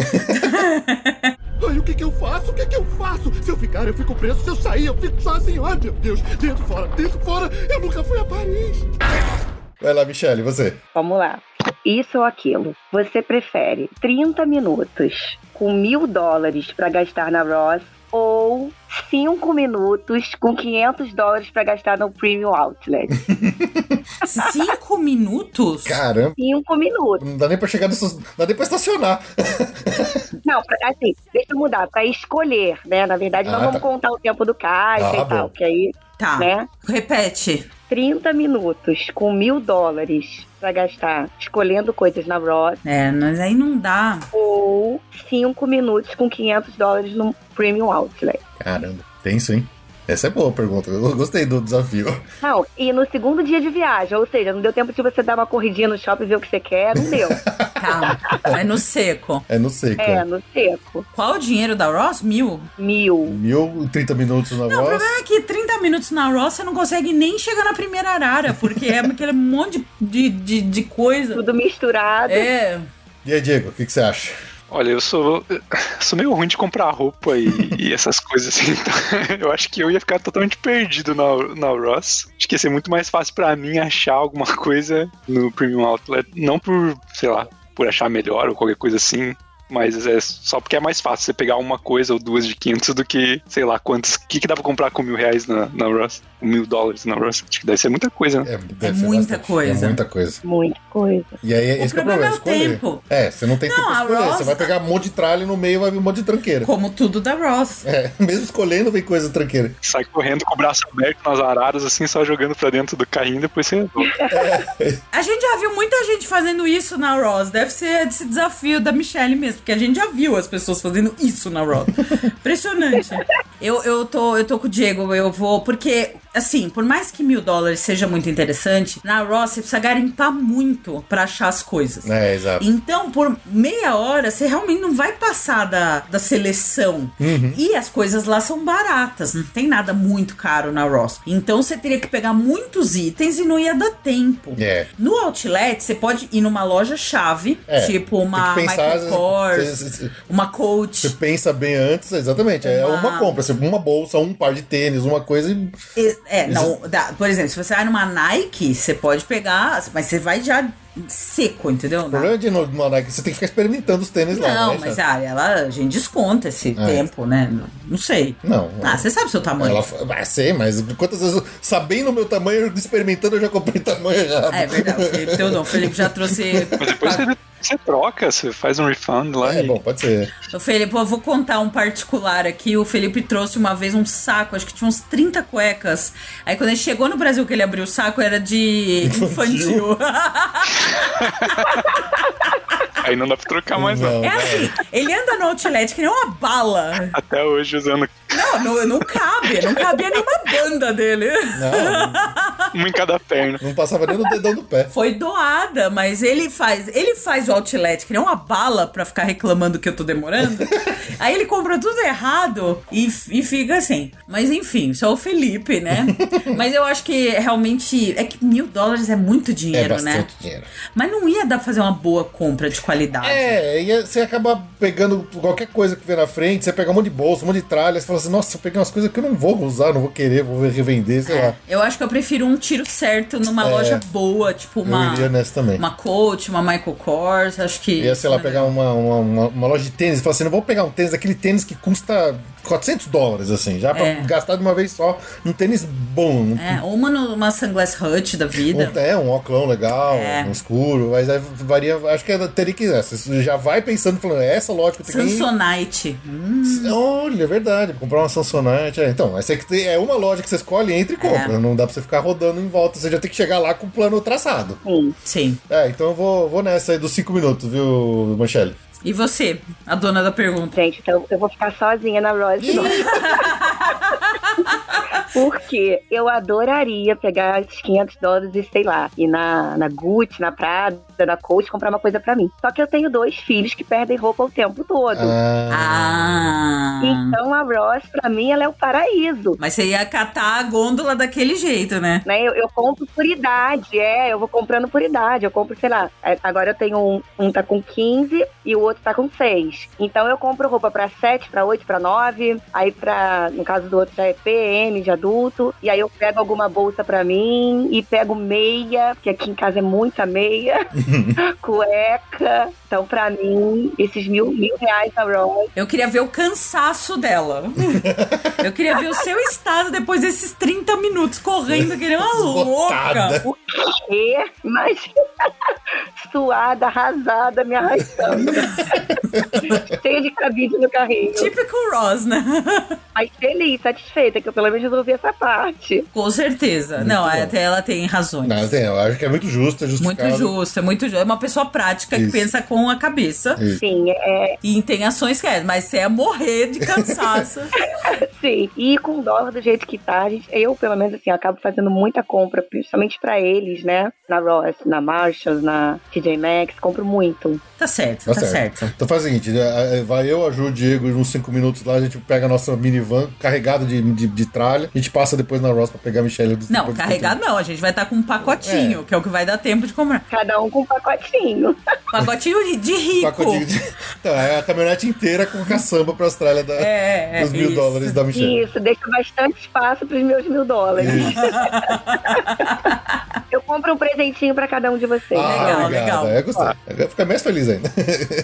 Ai, o que que eu faço? O que que eu faço? Se eu ficar, eu fico preso. Se eu sair, eu fico sozinho. Ai, meu Deus. Dentro, fora, dentro, fora. Eu nunca fui a Paris.
Vai lá, Michelle, você.
Vamos lá. Isso ou aquilo. Você prefere 30 minutos com mil dólares pra gastar na Ross ou 5 minutos com 500 dólares pra gastar no Premium Outlet?
Cinco minutos?
Caramba,
5 minutos.
não dá nem pra chegar nessas. Não dá nem pra estacionar.
Não, pra- assim, deixa eu mudar. Pra escolher, né? Na verdade,
Ah,
não vamos
tá.
contar o tempo do caixa
Ah,
e tal,
bom.
que aí,
Tá.
né?
Repete.
30 minutos com mil dólares pra gastar escolhendo coisas na Ross
É, mas aí não dá.
ou 5 minutos com 500 dólares no Premium Outlet.
Caramba, tenso, hein? Essa é boa pergunta. Eu gostei do desafio.
Não, e no segundo dia de viagem, ou seja, não deu tempo de você dar uma corridinha no shopping ver o que você quer, não deu.
Tá. é no seco.
É, não sei,
é,
cara.
no seco.
Qual o dinheiro da Ross? Mil?
Mil.
Mil e trinta minutos na
O
voz.
problema é que 30 minutos na Raw você não consegue nem chegar na primeira arara, porque é aquele monte de, de, de coisa.
Tudo misturado.
É.
E aí, Diego, o que, que você acha?
Olha, eu sou, sou meio ruim de comprar roupa e, e essas coisas assim. Então, eu acho que eu ia ficar totalmente perdido na, na Ross. Acho que ia ser muito mais fácil pra mim achar alguma coisa no Premium Outlet. Não por, sei lá, por achar melhor ou qualquer coisa assim. Mas é só porque é mais fácil você pegar uma coisa ou duas de 500 do que, sei lá, quantos. O que, que dá pra comprar com mil reais na, na Ross? Com mil dólares na Ross? Acho que deve ser muita coisa, né?
É,
É
deve
muita
É
coisa.
muita coisa.
Muita coisa.
E aí, esse
O
que é o
problema
problema.
é o
escolher.
tempo.
É, você não tem
Não,
tempo
a
pra escolher.
Ross-
Você vai pegar um monte de tralho no meio e vai vir um monte de tranqueira.
Como tudo da Ross.
É, mesmo escolhendo vem coisa tranqueira.
Sai correndo com o braço aberto nas araras, assim, só jogando pra dentro do carrinho e depois você
A gente já viu muita gente fazendo isso na Ross. Deve ser esse desafio da Michelle mesmo, porque a gente já viu as pessoas fazendo isso na Ross. Impressionante. Eu, eu, tô, eu tô com o Diego, eu vou. Porque, assim, por mais que mil dólares seja muito interessante, na Ross você precisa garimpar muito pra achar as coisas.
É, exato.
Então, por meia hora, você realmente não vai passar da, da seleção.
Uhum.
E as coisas lá são baratas, não tem nada muito caro na Ross. Então, você teria que pegar muitos itens e não ia dar tempo.
É.
No Outlet, você pode ir numa loja-chave,
É,
tipo uma
tem que pensar,
Michael Kors,
você- você-
uma
Você
Coach.
pensa bem antes, exatamente. É
Uma-
uma compra, você- uma bolsa, um par de tênis, uma coisa e.
E- É, não, dá- por exemplo, se você vai numa Nike, você pode pegar, mas você vai já seco, entendeu?
O problema é de ir no- no Nike, você tem que ficar experimentando os tênis lá.
Não,
né,
mas
sabe? É.
ah, ela, a gente desconta esse tempo, né? Não sei.
Não. é.
Ah, você sabe o seu tamanho.
Ela fa- ah, sei, mas quantas vezes, eu- sabendo o meu tamanho, experimentando, eu já comprei tamanho errado.
É verdade, o Felipe teu não. O Felipe já trouxe.
Mas depois você, você troca, você faz um refund lá
É,
e
bom, pode ser.
O Felipe, eu vou contar um particular aqui. O Felipe trouxe uma vez um saco, acho que tinha uns 30 cuecas. Aí quando ele chegou no Brasil que ele abriu o saco, era de infantil.
Aí não dá pra trocar mais, não.
Não,
É assim, ele anda no outlet que nem uma bala.
Até hoje usando
Não, não, não cabe, não cabia nenhuma banda dele.
não,
uma um em cada perna.
não passava nem no dedão do pé.
Foi doada, mas ele faz, ele faz o outlet que nem uma bala pra ficar reclamando que eu tô demorando. Aí ele compra tudo errado e, e fica assim. Mas enfim, só o Felipe, né? Mas eu acho que realmente é que mil dólares é muito
É
dinheiro, né?
bastante dinheiro.
Mas não ia dar pra fazer uma boa compra de qualidade.
É, e você acaba pegando qualquer coisa que vê na frente, você pega um monte de bolsa, um monte de tralha, você fala assim, nossa, eu peguei umas coisas que eu não vou usar, não vou querer, vou revender, sei lá.
Eu acho que eu prefiro um tiro certo numa loja boa, tipo
É. Eu
uma,
iria nessa também.
uma né? Coach, uma Michael Kors, acho que. é.
Ia, sei lá, pegar uma, uma, uma- uma loja de tênis e falar assim, não vou pegar um tênis, aquele tênis que custa 400 dólares, assim, já pra
É.
gastar de uma vez só um tênis bom, um
É, ou uma, no- uma Sunglass Hut da vida.
Um, é, um óculão legal,
então. É.
um escuro, mas aí varia. Acho que teria que. é, Você já vai pensando, falando, é essa lógica tem que ir.
Samsonite. Hum,
Olha, é verdade, comprar uma Samsonite. É, então, essa é, que tem- é uma loja que você escolhe, entra e compra.
É.
Não dá pra você ficar rodando em volta, você já tem que chegar lá com o plano traçado.
Sim.
sim.
É, então eu vou, vou nessa aí dos 5 minutos, viu, Manchelle?
E você, a dona da pergunta?
Gente, então eu vou ficar sozinha na Rose. Porque eu adoraria pegar os 500 dólares e sei lá, ir na, na Gucci, na Prada, na Coach, comprar uma coisa pra mim. Só que eu tenho dois filhos que perdem roupa o tempo todo.
Ah.
Ah.
Então a Ross, pra mim, ela é o paraíso.
Mas você ia catar a gôndola daquele jeito, né?
Né? Eu, eu compro por idade, é, eu vou comprando por idade. Eu compro, sei lá, é, agora eu tenho um, um tá com 15 e o outro tá com 6. Então eu compro roupa pra 7, pra 8, pra 9, aí pra, no caso do outro já é PM de adulto, e aí eu pego alguma bolsa pra mim e pego meia, porque aqui em casa é muita meia, cueca. Então pra mim, esses mil, mil reais na Ross,
Eu queria ver o cansaço dela. Eu queria ver o seu estado depois desses 30 minutos correndo, que nem uma louca.
Esgotada.
e, mas suada, arrasada, me arrastando. Cheia de cabide no carrinho.
Típico Ross, né?
Mas feliz, satisfeita, que eu pelo menos resolvi essa parte.
Com certeza. Não, é,
bom.
até ela tem razões.
Não, assim, eu acho que é muito justo, é
muito
justificado.
justo, é muito justo. É uma pessoa prática que
Isso.
pensa com a cabeça
Sim, é.
e tem ações que é, mas você ia morrer de cansaço.
Sim. E com o dólar do jeito que tá, a gente, eu, pelo menos, assim, acabo fazendo muita compra, principalmente pra eles, né? Na Ross, na Marshalls, na TJ Maxx, compro muito.
tá certo,
Tá
tá, certo.
certo. Então faz o seguinte, né, eh, vai eu, ajudo o Diego uns 5 minutos lá, a gente pega a nossa minivan carregada de, de, de tralha, a gente passa depois na Ross pra pegar a Michelle. do-
Não,
depois do
carregar não, a gente vai estar com um pacotinho, que é o que vai dar tempo de comprar.
Cada um com um pacotinho.
Pacotinho de- de rico.
Pacotinho de... Então, é a caminhonete inteira com caçamba pra Austrália da,
É, é,
dos mil
isso.
dólares da
E
Michelle.
isso deixa bastante espaço pros meus mil dólares. eu compro um presentinho pra cada um de vocês.
legal, legal.
É, gostei.
Ah.
Eu fico mais feliz ainda.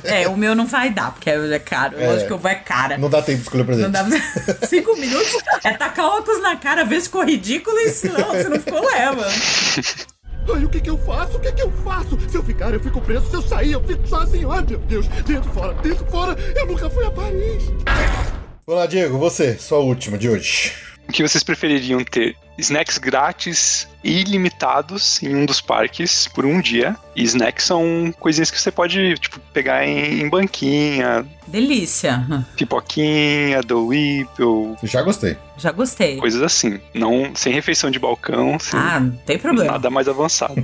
É, o meu não vai dar, porque é caro.
É.
Lógico que eu vou é cara.
Não dá tempo de escolher presente.
Não dá cinco minutos, é tacar óculos na cara, ver se ficou ridículo e se não, se não ficou, leva.
Ai, o que que eu faço? O que que eu faço? Se eu ficar, eu fico preso. Se eu sair, eu fico sozinho. Ai, meu Deus. Dentro, fora, dentro, fora. Eu nunca fui a Paris.
Vamos lá, Diego, você, sua última de hoje.
O que vocês prefeririam ter? Snacks grátis e ilimitados em um dos parques por um dia. E snacks são coisinhas que você pode, tipo, pegar em, em banquinha,
Delícia.
pipoquinha, do Whipple,
Já gostei.
Já gostei.
coisas assim. Não, sem refeição de balcão, sem
Ah, não tem problema.
nada mais avançado.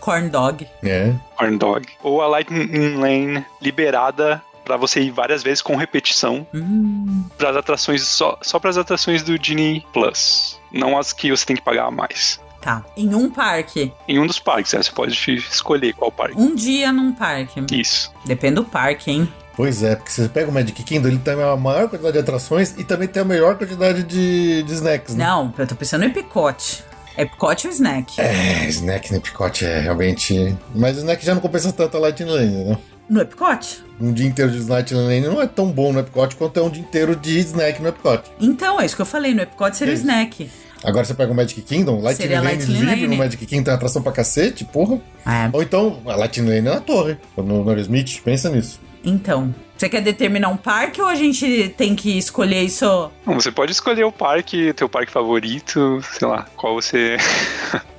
Corn dog.
É.
corn dog. Ou a Lightning Lane liberada pra você ir várias vezes com repetição
Hum,
para atrações só só para as atrações do Genie Plus, não as que você tem que pagar a mais.
tá. Em um parque.
Em um dos parques, né? você pode escolher qual parque.
Um dia num parque.
Isso.
Depende do parque, hein?
Pois é, porque você pega o Magic Kingdom, ele tem a maior quantidade de atrações e também tem a melhor quantidade de, de snacks, né?
Não, eu tô pensando em picote. É picote ou snack?
É, snack no picote é realmente. Mas snack já não compensa tanto a Lightning Lane, né?
No Epicote?
Um dia inteiro de Lightning Lane não é tão bom no Epcot quanto é um dia inteiro de snack no Epcot.
Então, é isso que eu falei. No Epicote seria o
Isso.
snack.
Agora você pega o Magic Kingdom, Lightning
Seria
Lane
Lightning
livre
Lane.
no Magic Kingdom, tem atração pra cacete, porra.
É.
Ou então, a Lightning Lane é na torre, no no Aerosmith, pensa nisso.
Então, você quer determinar um parque ou a gente tem que escolher isso?
Bom, você pode escolher o parque, teu parque favorito, sei lá, qual você.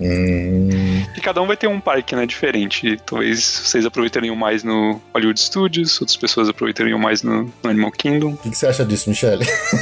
Hum,
E cada um vai ter um parque, né, diferente. Talvez vocês aproveitarem um mais no Hollywood Studios, outras pessoas aproveitarem um mais no, no Animal Kingdom.
O que, que você acha disso, Michelle?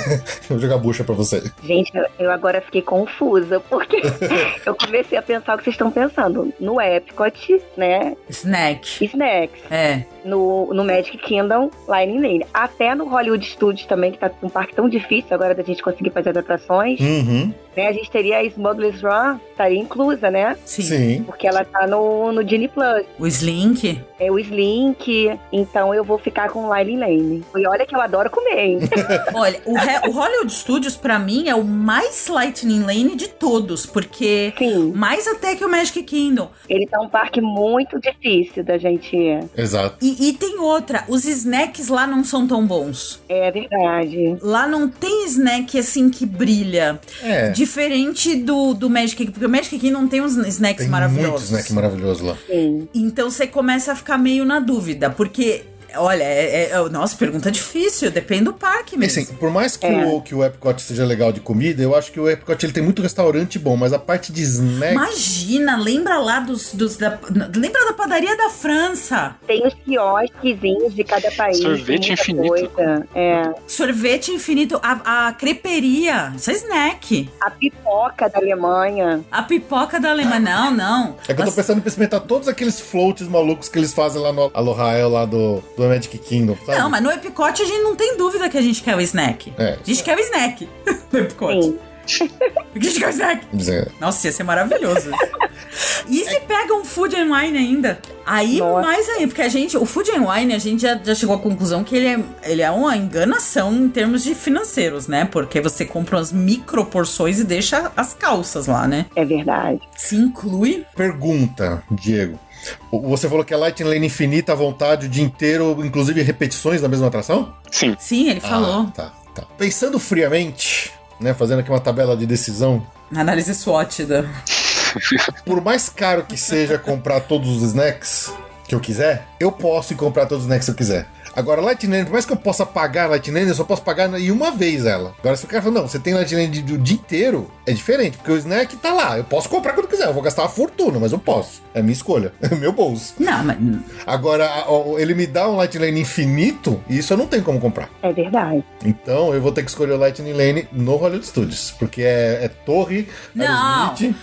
Vou jogar bucha pra você.
Gente, eu- eu agora fiquei confusa, porque eu comecei a pensar o que vocês estão pensando. No Epcot, né?
Snack.
Snacks.
É.
No, no Magic Kingdom, Line Lane. Até no Hollywood Studios também, que tá um parque tão difícil agora da gente conseguir fazer as atrações.
Uhum.
Né? A gente teria a Smuggler's Run, estaria inclusa, né?
Sim.
Sim.
Porque ela tá no, no Genie Plus.
O Slink.
É o Slink. Então eu vou ficar com Line Lane. E olha que eu adoro comer, hein?
Olha, o, Re- o Hollywood Studios, pra mim, é o mais Lightning Lane de todos, porque.
Sim.
Mais até que o Magic Kingdom.
Ele tá um parque muito difícil da gente.
Exato.
E, e tem outra, os snacks lá não são tão bons.
É verdade.
Lá não tem snack assim que brilha.
É.
Diferente do, do Magic Kingdom, porque o Magic Kingdom tem uns snacks
Tem muito
maravilhosos.
snack maravilhoso lá.
Sim.
Então você começa a ficar meio na dúvida, porque, olha, é, é- nossa, pergunta difícil, depende do parque
E,
mesmo.
Assim, por mais que,
É.
o, que o Epcot seja legal de comida, eu acho que o Epcot ele tem muito restaurante bom, mas a parte de snack.
Imagina, lembra lá dos. dos da, lembra da padaria da França?
Tem os quiosquezinhos de cada país.
Sorvete
tem muita
infinito.
Coisa. É.
Sorvete infinito, a, a creperia, isso é snack.
A pipoca da Alemanha.
A pipoca da Alemanha. Não, não. Assim,
É que eu tô
Mas-
pensando em experimentar todos aqueles floats malucos que eles fazem lá no Alohael, lá do, do Magic Kingdom, sabe?
Não, mas no Epicote a gente não tem dúvida que a gente quer o snack.
É.
A gente quer o snack no Epicote.
Sim.
A gente quer o snack.
Quer dizer,
Nossa, ia ser maravilhoso. e se pega um food and wine ainda? Aí
Nossa.
mais ainda, porque a gente, o food and wine, a gente já, já chegou à conclusão que ele é, ele é uma enganação em termos de financeiros, né? Porque você compra umas micro porções e deixa as calças lá, né?
É verdade.
Se inclui.
Pergunta, Diego. O- Você falou que a Lightning Lane infinita à vontade o dia inteiro, inclusive repetições da mesma atração?
Sim,
Sim, ele falou.
Ah, tá, tá. Pensando friamente, né, fazendo aqui uma tabela de decisão,
Análise SWOT da.
por mais caro que seja comprar todos os snacks que eu quiser, eu posso ir comprar todos os snacks que eu quiser. Agora, Lightning Lane, por mais que eu possa pagar a Lightning Lane, eu só posso pagar em uma vez ela. Agora, se o cara falar, não, você tem Lightning Lane de- o dia inteiro, é diferente, porque o snack tá lá. Eu posso comprar quando quiser, eu vou gastar uma fortuna, mas eu posso. É minha escolha, é meu bolso.
Não, mas.
Agora, a- o- ele me dá um Lightning Lane infinito e isso eu não tenho como comprar.
É verdade.
Então eu vou ter que escolher o Lightning Lane no Hollywood Studios, porque é, é torre,
Não.
Aerosmith.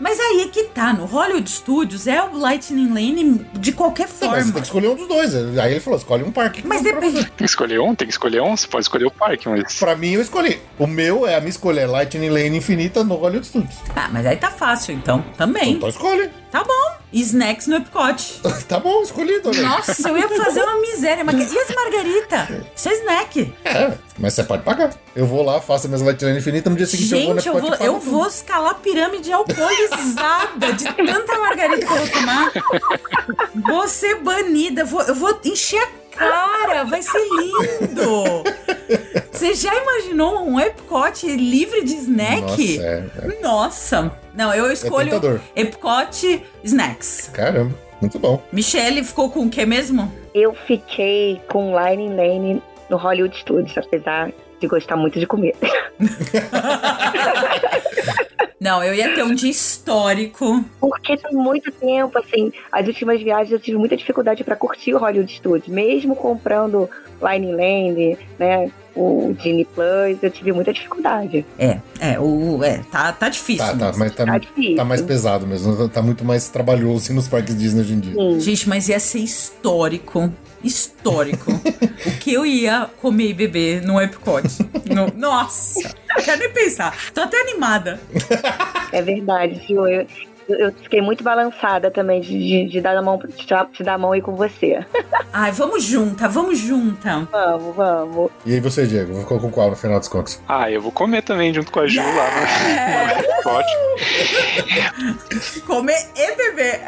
Mas aí é que tá, no Hollywood Studios é o Lightning Lane de qualquer
Sim, mas você tem
forma.
que escolher um dos dois. Aí ele falou: escolhe um parque.
Mas depende.
tem que escolher um, tem que escolher um, você pode escolher o parque, mas.
Pra mim, eu escolhi. O meu é a minha escolha: é Lightning Lane infinita no Hollywood Studios.
Ah, mas aí tá fácil então, também.
Então escolhe.
Tá bom. Snacks no Epcot.
Tá bom, escolhido. Né?
Nossa, eu ia fazer uma miséria. Marga- E as margarita? Isso é snack.
É, mas você pode pagar. Eu vou lá, faço minhas Lightning Lane infinita. No dia seguinte, eu vou na
Gente, eu
Epcot
vou,
e pago
eu
tudo.
vou escalar a pirâmide alcoolizada de tanta margarita que eu vou tomar. Vou ser banida, vou, eu vou encher a cara, vai ser lindo. Você já imaginou um Epcot livre de
Nossa,
snack?
é, é.
Nossa. Não, eu escolho
tentador.
Epcot Snacks.
Caramba, muito bom.
Michelle ficou com o que mesmo?
Eu fiquei com Line Lane no Hollywood Studios, apesar de gostar muito de comer.
Não, eu ia ter um dia histórico.
Porque tem muito tempo, assim, as últimas viagens eu tive muita dificuldade pra curtir o Hollywood Studios. Mesmo comprando Line Land, né, o Genie Plus, eu tive muita dificuldade.
É, é, o, é tá, tá difícil.
Tá, tá,
mesmo.
mas tá,
Tá difícil.
tá mais pesado mesmo. Tá muito mais trabalhoso nos parques Disney hoje em dia.
Sim.
Gente, mas ia ser histórico. Histórico. o que eu ia comer e beber no Epcot. No- nossa, não quero nem pensar. Tô até animada.
É verdade, Gil. Eu, eu fiquei muito balançada também de, de- de dar a mão, de te dar a mão e ir com você.
Ai, vamos junta, vamos junta.
Vamos, vamos.
E aí você, Diego, ficou com qual no final dos contos?
Ah, eu vou comer também junto com a né? Ju lá no- no Epcot.
Comer e beber.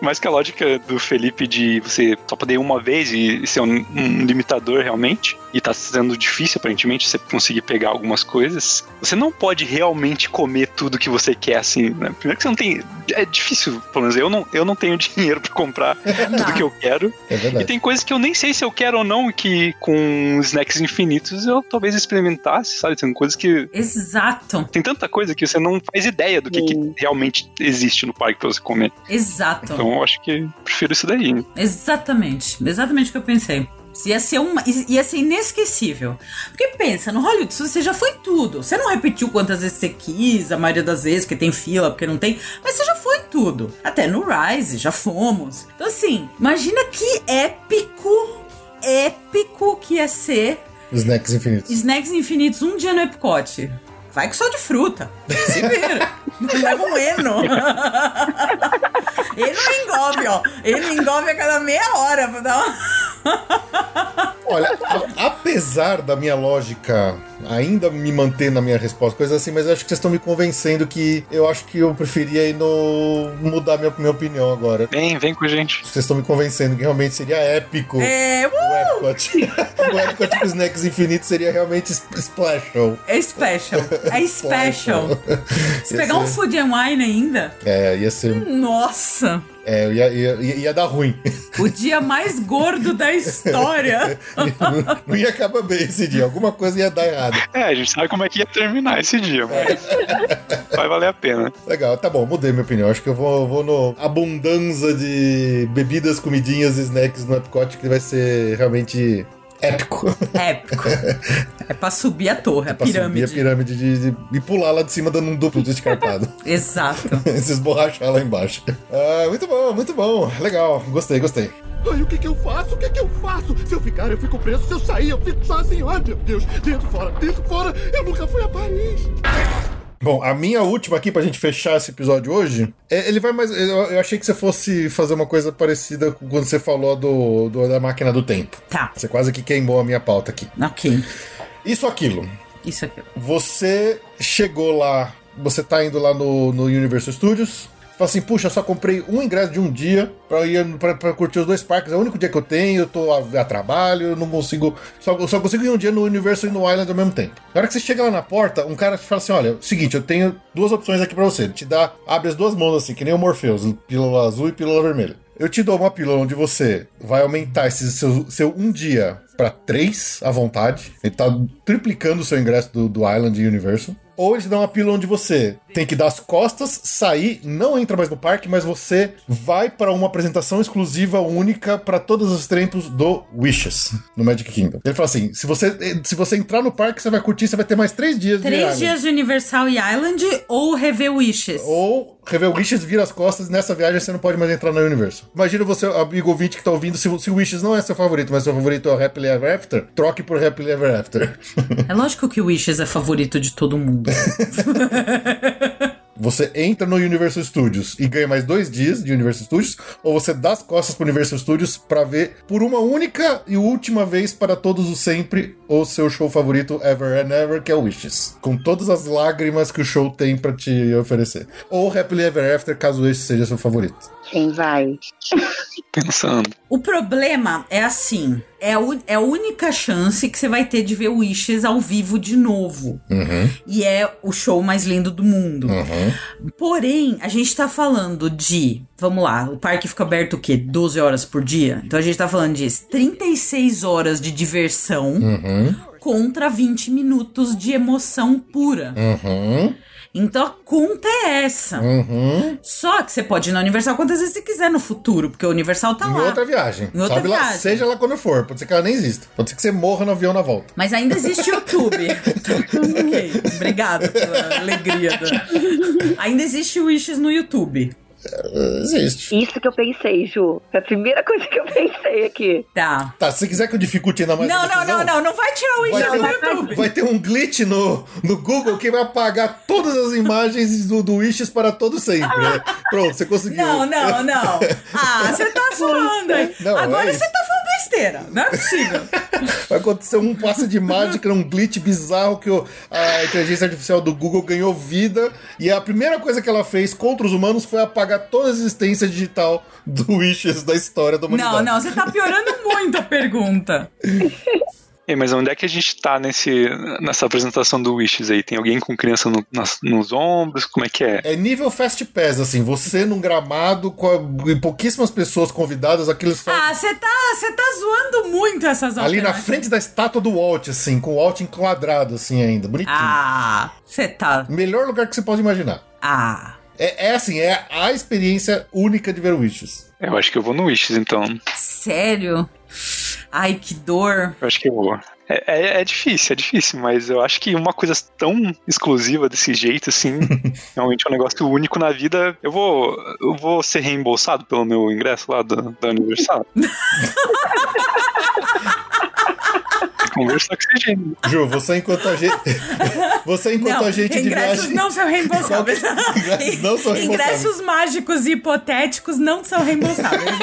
mais que a lógica do Felipe de você só poder ir uma vez e ser um, um limitador realmente, e tá sendo difícil aparentemente você conseguir pegar algumas coisas, você não pode realmente comer tudo que você quer assim, né? Primeiro que você não tem. É difícil, pelo menos eu não, eu não tenho dinheiro pra comprar tudo que eu quero.
É
E
verdade.
tem coisas que eu nem sei se eu quero ou não, e que com snacks infinitos eu talvez experimentasse, sabe? Tem coisas que.
Exato,
Tem tanta coisa que você não faz ideia do que, que realmente existe no parque pra você comer.
exato.
Então eu acho que prefiro isso daí. né?
Exatamente, exatamente o que eu pensei. Ia ser, uma, ia ser inesquecível. Porque pensa, no Hollywood Studios você já foi em tudo. Você não repetiu quantas vezes você quis, a maioria das vezes, porque tem fila, porque não tem. Mas você já foi em tudo. Até no Rise, já fomos. Então, assim, imagina que épico, épico que ia ser
Snacks infinitos.
Snacks Infinitos um dia no Epcot. Vai com só de fruta. Se vira. Leva um eno. ele não engove, ó. Ele engove a cada meia hora. pra dar uma-
Olha, a- apesar da minha lógica ainda me manter na minha resposta, coisas assim, mas eu acho que vocês estão me convencendo que eu acho que eu preferia ir no. mudar minha, minha opinião agora.
Vem, vem com a gente.
Vocês estão me convencendo que realmente seria épico. tipo,
É, uh,
O Epcot. o Epcot com tipo, Snacks Infinitos seria realmente sp- Splashel.
é special. É special. Se pegar um food and wine ainda,
É, ia ser.
nossa,
É, ia, ia, ia- ia dar ruim.
o dia mais gordo da história.
não, não ia acabar bem esse dia. Alguma coisa ia dar errado.
É, a gente sabe como é que ia terminar esse dia, mas vai valer a pena.
Legal, tá bom, mudei minha opinião. Acho que eu vou, vou no abundância de bebidas, comidinhas e snacks no Epcot, que vai ser realmente épico.
Épico. É pra subir a torre, a
É Pra subir a
pirâmide.
pirâmide de, de- e pular lá de cima dando um duplo descarpado.
Exato.
se esborrachar lá embaixo. Ah, muito bom, muito bom. Legal, gostei, gostei.
Ai, o que que eu faço? O que que eu faço? Se eu ficar, eu fico preso. Se eu sair, eu fico sozinho. Ai, meu Deus. Dentro, fora, dentro, fora. Eu nunca fui a Paris.
Bom, a minha última aqui pra gente fechar esse episódio hoje, é- ele vai mais. Eu, eu achei que você fosse fazer uma coisa parecida com quando você falou do, do- da máquina do tempo.
Tá.
Você quase que queimou a minha pauta aqui.
Ok.
Isso aquilo.
Isso aqui.
Você chegou lá, você tá indo lá no, no Universal Studios. Fala assim, puxa, só comprei um ingresso de um dia pra, ir, pra, pra curtir os dois parques. É o único dia que eu tenho, eu tô a, a trabalho, eu não consigo. Só, só consigo ir um dia no Universal e no Island ao mesmo tempo. Na hora que você chega lá na porta, um cara te fala assim: olha, seguinte, eu tenho duas opções aqui pra você. Ele te dá, abre as duas mãos assim, que nem o Morpheus, pílula azul e pílula vermelha. Eu te dou uma pílula onde você vai aumentar esse seu, seu um dia pra três à vontade. Ele tá triplicando o seu ingresso do, do Island e Universal. Ou ele te dá uma pílula onde você tem que dar as costas, sair, não entra mais no parque, mas você vai pra uma apresentação exclusiva única pra todos os tempos do Wishes, no Magic Kingdom. Ele fala assim: se você, se você entrar no parque, você vai curtir, você vai ter mais três dias de
Três
Island.
dias de Universal e Island ou rever Wishes?
Ou rever o Wishes vira as costas e nessa viagem você não pode mais entrar no universo. Imagina você, amigo ouvinte que tá ouvindo, se, se o Wishes não é seu favorito, mas seu favorito é o Happily Ever After, troque por Happily Ever After.
É lógico que o Wishes é favorito de todo mundo.
Você entra no Universal Studios e ganha mais dois dias de Universal Studios, ou você dá as costas pro Universal Studios pra ver por uma única e última vez para todos o sempre o seu show favorito ever and ever, que é o Wishes. Com todas as lágrimas que o show tem pra te oferecer. Ou Happily Ever After, caso este seja seu favorito.
Quem vai?
Pensando.
o problema é assim: é a, u- é a única chance que você vai ter de ver o Wishes ao vivo de novo.
Uhum,
E é o show mais lindo do mundo.
uhum.
Porém, a gente tá falando de. Vamos lá, o parque fica aberto o quê? 12 horas por dia? Então a gente tá falando de 36 horas de diversão
Uhum,
contra 20 minutos de emoção pura.
uhum,
Então a conta é essa.
uhum.
Só que você pode ir na Universal quantas vezes você quiser no futuro, porque o Universal tá
Em
lá.
outra viagem.
Em outra
Sabe lá,
viagem.
seja lá quando for. Pode ser que ela nem exista. Pode ser que você morra no avião na volta.
Mas ainda existe YouTube. ok, obrigado pela alegria. da- Ainda existe Wishes no YouTube.
Eh, Existe.
Isso que eu pensei, Ju. Foi a primeira coisa que eu pensei aqui.
Tá.
Tá, se você quiser que eu dificulte ainda mais.
não,
a
não,
decisão,
não, não, não vai tirar o
Vai
Wishes
ter,
do
um,
YouTube.
vai ter um glitch no, no Google que vai apagar todas as imagens do, do Wishes para todo sempre. né? Pronto, você conseguiu.
Não, não, não. Ah, você tá zoando aí.
Não,
Agora
é
você
isso.
tá falando besteira. Não é possível.
Vai acontecer um passe de mágica, um glitch bizarro que o- a inteligência artificial do Google ganhou vida. E a primeira coisa que ela fez contra os humanos foi apagar toda a existência digital do Wishes da história da humanidade.
não, não, você tá piorando muito a pergunta.
Ei, mas onde é que a gente tá nesse, nessa apresentação do Wishes aí? Tem alguém com criança no- nas- nos ombros? Como é que é?
É nível Fast Pass, assim, você num gramado com a- e pouquíssimas pessoas convidadas, aquilo só.
Ah, você tá, você tá zoando muito essas
Ali na
alternativas.
frente da estátua do Walt, assim, com o Walt enquadrado, assim, ainda. Bonitinho.
Ah, você tá.
Melhor lugar que você pode imaginar.
Ah.
É, é assim, é a experiência única de ver Wishes.
Eu acho que eu vou no Wishes, então.
Sério? Ai, que dor.
Eu acho que eu vou. É, é- é difícil, é difícil, mas eu acho que uma coisa tão exclusiva desse jeito, assim, realmente é um negócio único na vida. Eu vou, eu vou ser reembolsado pelo meu ingresso lá da, da Universal. Conversa com esse gênio.
Ju, você enquanto a gente. Você enquanto
não,
a gente de
ingressos
viagem.
não são reembolsáveis.
Ingressos não são
ingressos mágicos e hipotéticos não são reembolsáveis.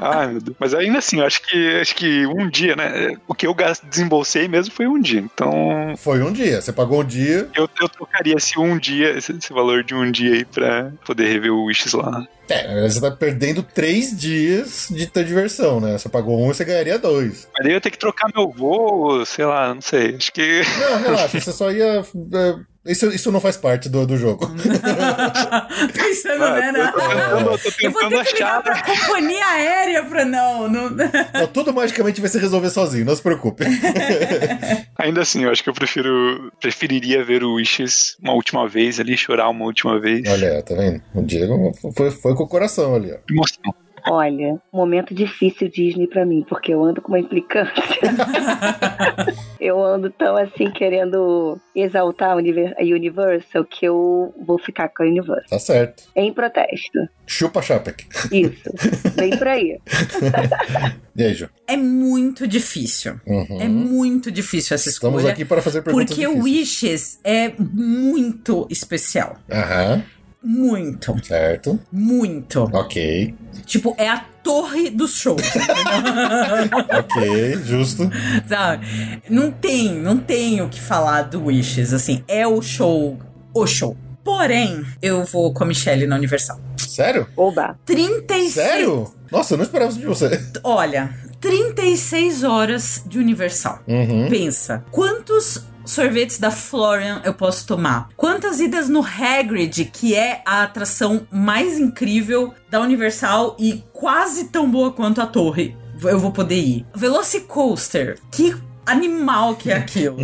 Ai, meu Deus. Mas ainda assim, eu acho que, acho que um dia, né? O que eu gas- desembolsei mesmo foi um dia. Então,
Foi um dia, você pagou um dia.
eu, eu trocaria esse um dia, esse, esse valor de um dia aí pra poder rever o Wishes lá.
É, você tá perdendo três dias de ter diversão, né? Você pagou um e você ganharia dois.
Mas daí eu ia ter que trocar meu voo, sei lá, não sei. Acho que.
Não, relaxa, você só ia. é, Isso, isso não faz parte do, do jogo.
Pensando, né?
eu tô
Na...
tentando, eu tô
Eu vou
tentando
ter que ligar
achar. né?
pra companhia aérea pra não. não...
Então, tudo magicamente vai se resolver sozinho, não se preocupe.
Ainda assim, eu acho que eu prefiro. Preferiria ver o Wishes uma última vez ali, chorar uma última vez.
Olha, tá vendo? O Diego foi, foi com o coração ali, ó.
Emoção.
Olha, momento difícil Disney pra mim, porque eu ando com uma implicância. eu ando tão assim querendo exaltar a Univer- a Universal que eu vou ficar com a Universal.
Tá certo.
Em protesto.
Chupa Chapek.
Isso. Vem por aí.
E aí, Ju?
É muito difícil.
Uhum.
É muito difícil essa
Estamos
escolha.
aqui para fazer perguntas
porque o
difíceis.
Wishes é muito especial.
Aham,
Muito,
certo.
muito.
Ok,
Tipo, é a torre dos shows.
ok, justo.
sabe? Não tem, não tem o que falar do Wishes, assim, é o show, o show. Porém, eu vou com a Michelle na Universal.
Sério?
Oba.
36.
Sério? Nossa, eu não esperava isso de você.
Olha, 36 horas de Universal.
Uhum.
Pensa, quantos sorvetes da Florian eu posso tomar? Quantas idas no Hagrid, que é a atração mais incrível da Universal e quase tão boa quanto a torre, eu vou poder ir? Velocicoaster, que animal que é aquilo?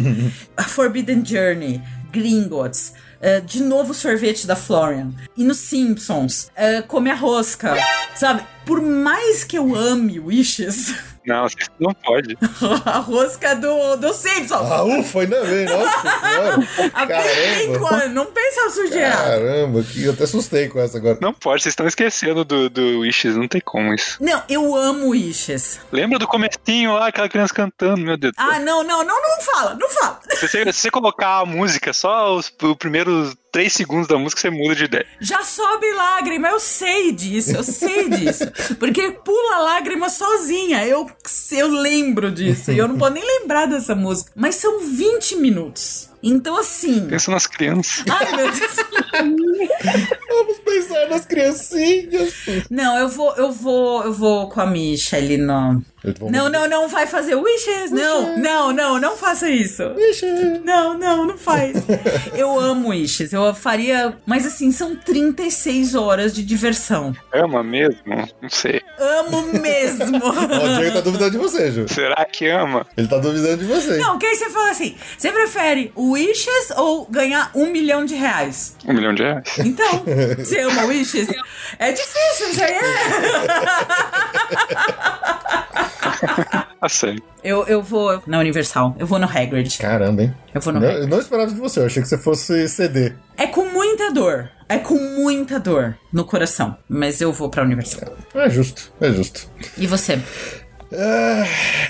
a Forbidden Journey, Gringotts, eh, de novo sorvete da Florian. E nos Simpsons, eh, come a rosca, sabe? Por mais que eu ame Wishes,
Não, vocês não pode.
a rosca do, do Simpsons.
Raul foi na vez, nossa senhora. Ah, Caramba.
Caramba. Não pensa no sujeira.
Caramba, que eu até assustei com essa agora.
Não pode, vocês estão esquecendo do, do Wishes, não tem como isso.
Não, eu amo Wishes.
Lembra do comecinho lá, aquela criança cantando, meu Deus.
Ah, não, não, não, não fala, não fala.
Se você, se você colocar a música, só os, os primeiros três segundos da música, você muda de ideia.
Já sobe lágrima, eu sei disso, eu sei disso. Porque pula lágrima sozinha, eu, eu lembro disso. E eu não posso nem lembrar dessa música. Mas são 20 minutos. Então, assim.
Pensa nas crianças.
Ai, meu Deus.
Vamos pensar é nas criancinhas.
Não, eu vou, eu vou, eu vou com a Michelle no,
Eu vou-
Não, não, não vai fazer wishes. Não, não, não, não faça isso. Não, não, não faz. eu amo wishes. Eu faria. Mas assim, são 36 horas de diversão.
Ama mesmo? Não sei.
Amo mesmo.
Ó, o Diego tá duvidando de você, Ju.
Será que ama?
Ele tá duvidando de você.
Não, que aí você fala assim: você prefere wishes ou ganhar um milhão de reais?
Um milhão de reais?
Então, você ama wishes? É difícil, isso aí é.
Tá certo.
eu, eu vou na Universal, eu vou no Hagrid.
Caramba, hein?
Eu vou no
Não,
Hagrid.
eu não esperava isso de você, eu achei que você fosse ceder.
É com muita dor. É com muita dor no coração. Mas eu vou pra Universal.
Ah, É justo, é justo.
E você?
Ah,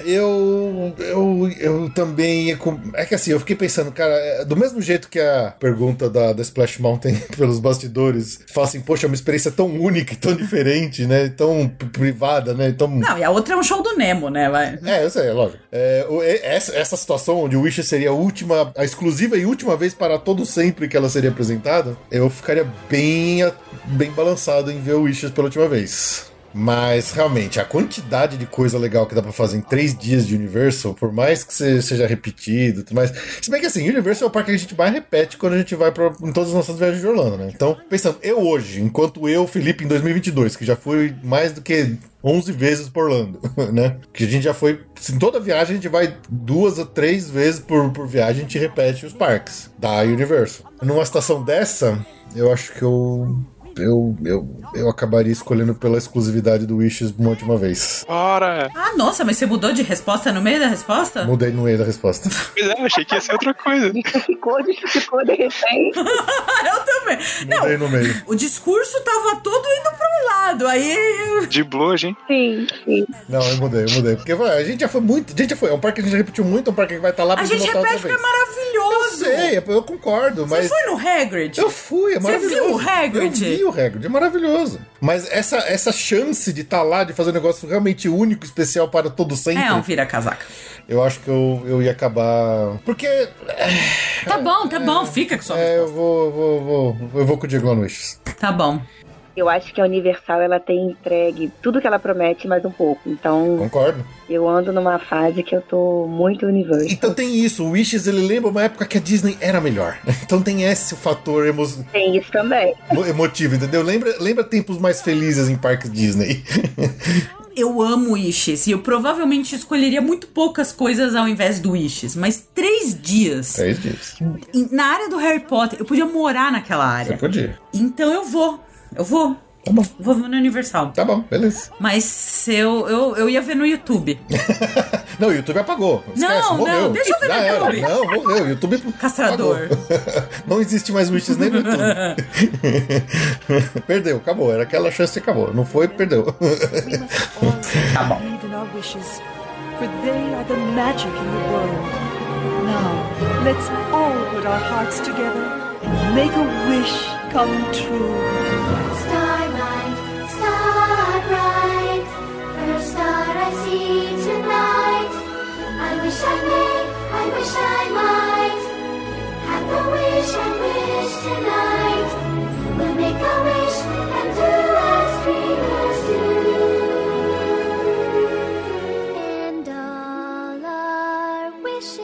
eu, eu.
eu também ia. com- É que assim, eu fiquei pensando, cara, é, do mesmo jeito que a pergunta da, da Splash Mountain pelos bastidores, fala assim, poxa, é uma experiência tão única e tão diferente, né? e Tão p- privada, né? e Tão.
Não, e a outra é um show do Nemo, né? Vai.
É, eu sei, é lógico. É, o- e- essa, essa situação onde o Wish seria a última, a exclusiva e última vez para todo sempre que ela seria apresentada, eu ficaria bem, a- bem balançado em ver o Wishes pela última vez. Mas realmente, a quantidade de coisa legal que dá pra fazer em três dias de Universal, por mais que se- seja repetido e tudo mais. Se bem que assim, Universal é o parque que a gente mais repete quando a gente vai pra, em todas as nossas viagens de Orlando, né? Então, pensando, eu hoje, enquanto eu, Felipe, em 2022, que já fui mais do que 11 vezes por Orlando, né? Que a gente já foi. Em toda viagem a gente vai duas a três vezes por, por viagem, a gente repete os parques da Universal. Numa situação dessa, eu acho que eu. Eu, eu, eu acabaria escolhendo pela exclusividade do Wishes uma última vez.
Bora!
Ah, nossa, mas você mudou de resposta no meio da resposta?
Mudei no meio da resposta.
Pois é, achei que ia ser outra coisa.
Justificou, justificou de repente.
Ah, eu também. Não,
Mudei no meio.
o discurso tava todo indo pra um lado, aí...
De bloja, hein?
Sim, sim.
Não, eu mudei, eu mudei. Porque vai, a gente já foi muito. A gente já foi. É um parque que a gente já repetiu muito, é um parque que vai estar lá pra
A gente
voltar
repete
outra
porque é
vez. Eu
maravilhoso.
sei, eu concordo,
Você
mas.
foi no Hagrid?
Eu fui, é
Você
maravilhoso.
viu o Hagrid?
Eu vi o Hagrid, é maravilhoso. Mas essa, essa chance de estar lá, de fazer um negócio realmente único, especial para todo sempre,
É, um vira-casaca.
eu acho que eu, eu ia acabar. Porque
Tá bom, tá bom, fica com sua
é, eu
resposta.
vou, vou, vou, eu vou com o Diego lá no Wishes.
Tá bom.
Eu acho que a Universal ela tem entregue tudo que ela promete, mais um pouco. Então
Concordo.
eu ando numa fase que eu tô muito Universal.
Então tem isso, o Wishes ele lembra uma época que a Disney era melhor. Então tem esse fator emo
Tem isso também.
Tá
emotivo, entendeu? Lembra, lembra tempos mais felizes em parques Disney.
Eu amo Wishes e eu provavelmente escolheria muito poucas coisas ao invés do Wishes, mas três dias
Três dias.
em- na área do Harry Potter, eu podia morar naquela área.
podia.
Então eu vou, eu vou,
Tá bom.
vou no Universal.
Tá bom, beleza.
Mas eu, eu, eu ia ver no YouTube.
Não, o YouTube apagou. Esquece,
Não,
morreu.
não, deixa eu ver
Já
no
era.
YouTube.
Não, morreu. O YouTube
Castrador.
apagou. Não existe mais Wishes nem no YouTube. perdeu, acabou. Era aquela chance que acabou. Não foi, perdeu.
We must always believe in our wishes, for they are the magic in the world. Now, let's all put our hearts together and make a wish come true.
Starlight, star bright, first star I see tonight. I wish I may, I wish I might. Have a wish and wish tonight. We'll make a wish and do as dreamers do. And all our wishes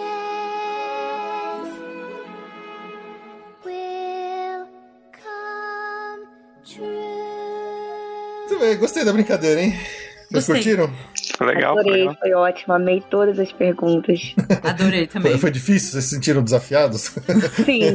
will come true.
Muito bem, gostei da brincadeira, hein? Vocês
Gostei.
curtiram?
Foi legal, foi
Adorei,
legal.
foi ótimo. Amei todas as perguntas.
Adorei também.
Foi, foi difícil? Vocês se sentiram desafiados?
Sim.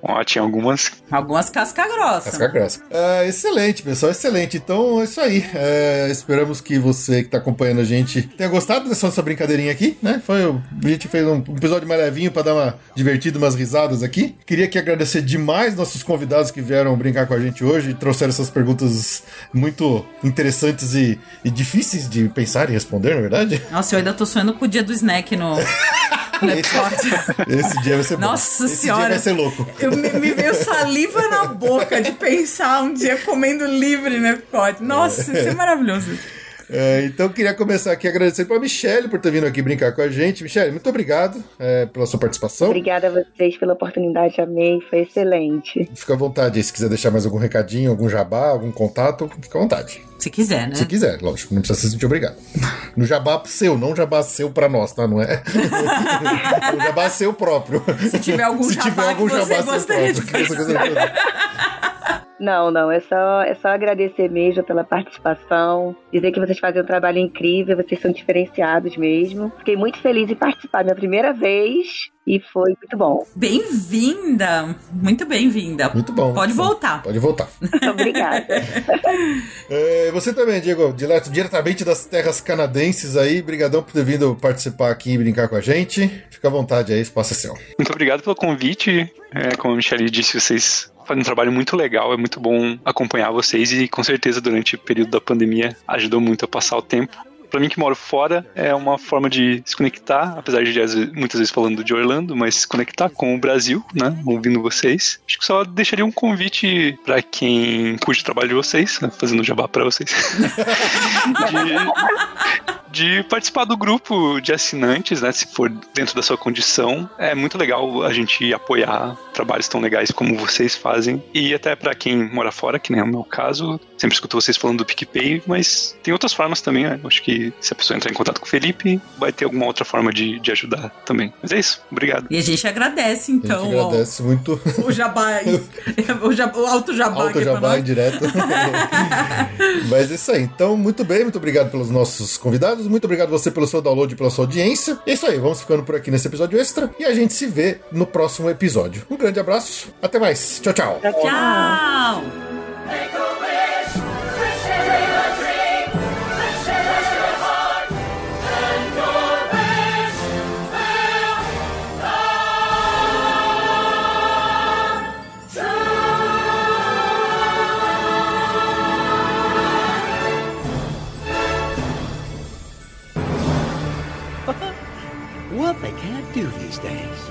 Ó, tinha algumas.
Algumas casca grossa.
Casca grossa. Ah, excelente, pessoal, excelente. Então é isso aí. É, esperamos que você que tá acompanhando a gente tenha gostado dessa nossa brincadeirinha aqui, né? Foi, o- a gente fez um um episódio mais levinho pra dar uma divertida, umas risadas aqui. Queria aqui agradecer demais nossos convidados que vieram brincar com a gente hoje e trouxeram essas perguntas muito interessantes e, e difíceis de pensar e responder, na verdade.
Nossa, eu ainda tô sonhando com o dia do snack no, no episódio.
Esse dia vai ser bom.
Nossa
Esse
senhora.
dia vai ser louco.
Eu me, me veio saliva na boca de pensar um dia comendo livre no Epcot. Nossa, isso é maravilhoso.
É, então, queria começar aqui agradecendo para Michelle por ter vindo aqui brincar com a gente. Michelle, muito obrigado é, pela sua participação.
Obrigada a vocês pela oportunidade. Amei. Foi excelente.
Fica à vontade aí, se quiser deixar mais algum recadinho, algum jabá, algum contato, fica à vontade.
Se quiser, né?
Se quiser, lógico, não precisa se sentir obrigado. No jabá seu, não jabá seu para nós, tá? Não é? o jabá seu próprio.
Se tiver algum jabá que você gostaria de
fazer.
Não, não, é só, é só agradecer mesmo pela participação, dizer que vocês fazem um trabalho incrível, vocês são diferenciados mesmo. Fiquei muito feliz em participar, minha primeira vez, e foi muito bom.
Bem-vinda! Muito bem-vinda.
Muito bom.
Pode
Muito bom.
voltar.
Pode voltar.
Obrigada.
É, você também, Diego, direto, diretamente das terras canadenses aí, brigadão por ter vindo participar aqui e brincar com a gente. Fica à vontade aí, espaço é seu.
Muito obrigado pelo convite. É, como a Michelle disse, vocês fazem um trabalho muito legal, é muito bom acompanhar vocês e com certeza durante o período da pandemia ajudou muito a passar o tempo. Pra mim que moro fora, é uma forma de se conectar, apesar de às vezes- muitas vezes falando de Orlando, mas se conectar com o Brasil, né? Ouvindo vocês. Acho que só deixaria um convite pra quem curte o trabalho de vocês, né, fazendo jabá pra vocês. de participar do grupo de assinantes, né? Se for dentro da sua condição. É muito legal a gente apoiar trabalhos tão legais como vocês fazem. E até pra quem mora fora, que nem é o meu caso, sempre escuto vocês falando do PicPay, mas tem outras formas também, né? Acho que se a pessoa entrar em contato com o Felipe, vai ter alguma outra forma de, de ajudar também. Mas é isso. Obrigado.
E a gente agradece,
A
então,
gente agradece muito.
ó, o jabá, aí. o, jabá o alto jabá
Alto
aqui pra
jabá
nós.
direto. Mas é isso aí. Então, muito bem, muito obrigado pelos nossos convidados, muito obrigado você pelo seu download e pela sua audiência. É isso aí, vamos ficando por aqui nesse episódio extra e a gente se vê no próximo episódio. Um grande abraço, até mais. Tchau, tchau.
Tchau!
What they can't do these days.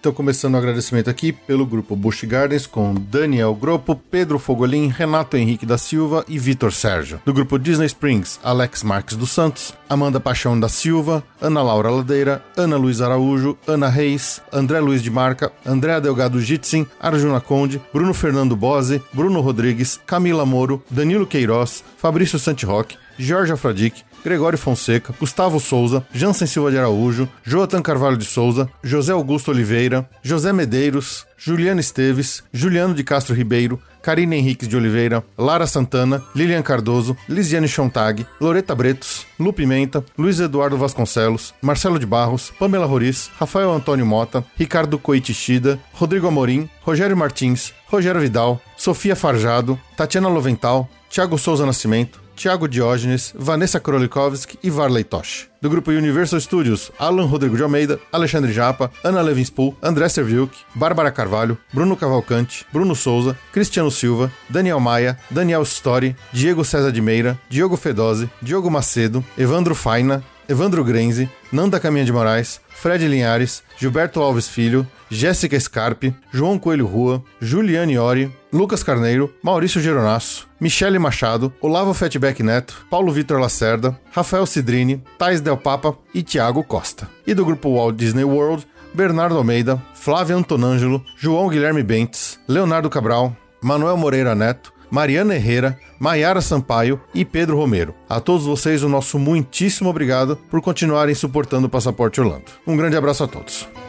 Então, começando o agradecimento aqui pelo grupo Bush Gardens com Daniel Gropo, Pedro Fogolin, Renato Henrique da Silva e Vitor Sérgio. Do grupo Disney Springs, Alex Marques dos Santos, Amanda Paixão da Silva, Ana Laura Ladeira, Ana Luiz Araújo, Ana Reis, André Luiz de Marca, André Delgado Jitsin, Arjuna Conde, Bruno Fernando Bose, Bruno Rodrigues, Camila Moro, Danilo Queiroz, Fabrício Santiroque, Jorge Afrodic, Gregório Fonseca, Gustavo Souza, Jansen Silva de Araújo, Joatan Carvalho de Souza, José Augusto Oliveira, José Medeiros, Juliano Esteves, Juliano de Castro Ribeiro, Karine Henriques de Oliveira, Lara Santana, Lilian Cardoso, Lisiane Chontag, Loreta Bretos, Lu Pimenta, Luiz Eduardo Vasconcelos, Marcelo de Barros, Pamela Roriz, Rafael Antônio Mota, Ricardo Coitichida, Rodrigo Amorim, Rogério Martins, Rogério Vidal, Sofia Farjado, Tatiana Lovental, Thiago Souza Nascimento, Thiago Diógenes, Vanessa Krolikovski e Varley Tosh. Do grupo Universal Studios, Alan Rodrigo de Almeida, Alexandre Japa, Ana Levinspool, André Servilk, Bárbara Carvalho, Bruno Cavalcante, Bruno Souza, Cristiano Silva, Daniel Maia, Daniel Story, Diego César de Meira, Diogo Fedose, Diogo Macedo, Evandro Faina, Evandro Grenze, Nanda Caminha de Moraes, Fred Linhares, Gilberto Alves Filho, Jéssica Scarpe, João Coelho Rua, Juliane Ori, Lucas Carneiro, Maurício Geronasso, Michele Machado, Olavo Fatback Neto, Paulo Vitor Lacerda, Rafael Cidrini, Thais Del Papa e Tiago Costa. E do grupo Walt Disney World, Bernardo Almeida, Flávio Antonângelo, João Guilherme Bentes, Leonardo Cabral, Manuel Moreira Neto, Mariana Herrera, Maiara Sampaio e Pedro Romero. A todos vocês, o nosso muitíssimo obrigado por continuarem suportando o Passaporte Orlando. Um grande abraço a todos.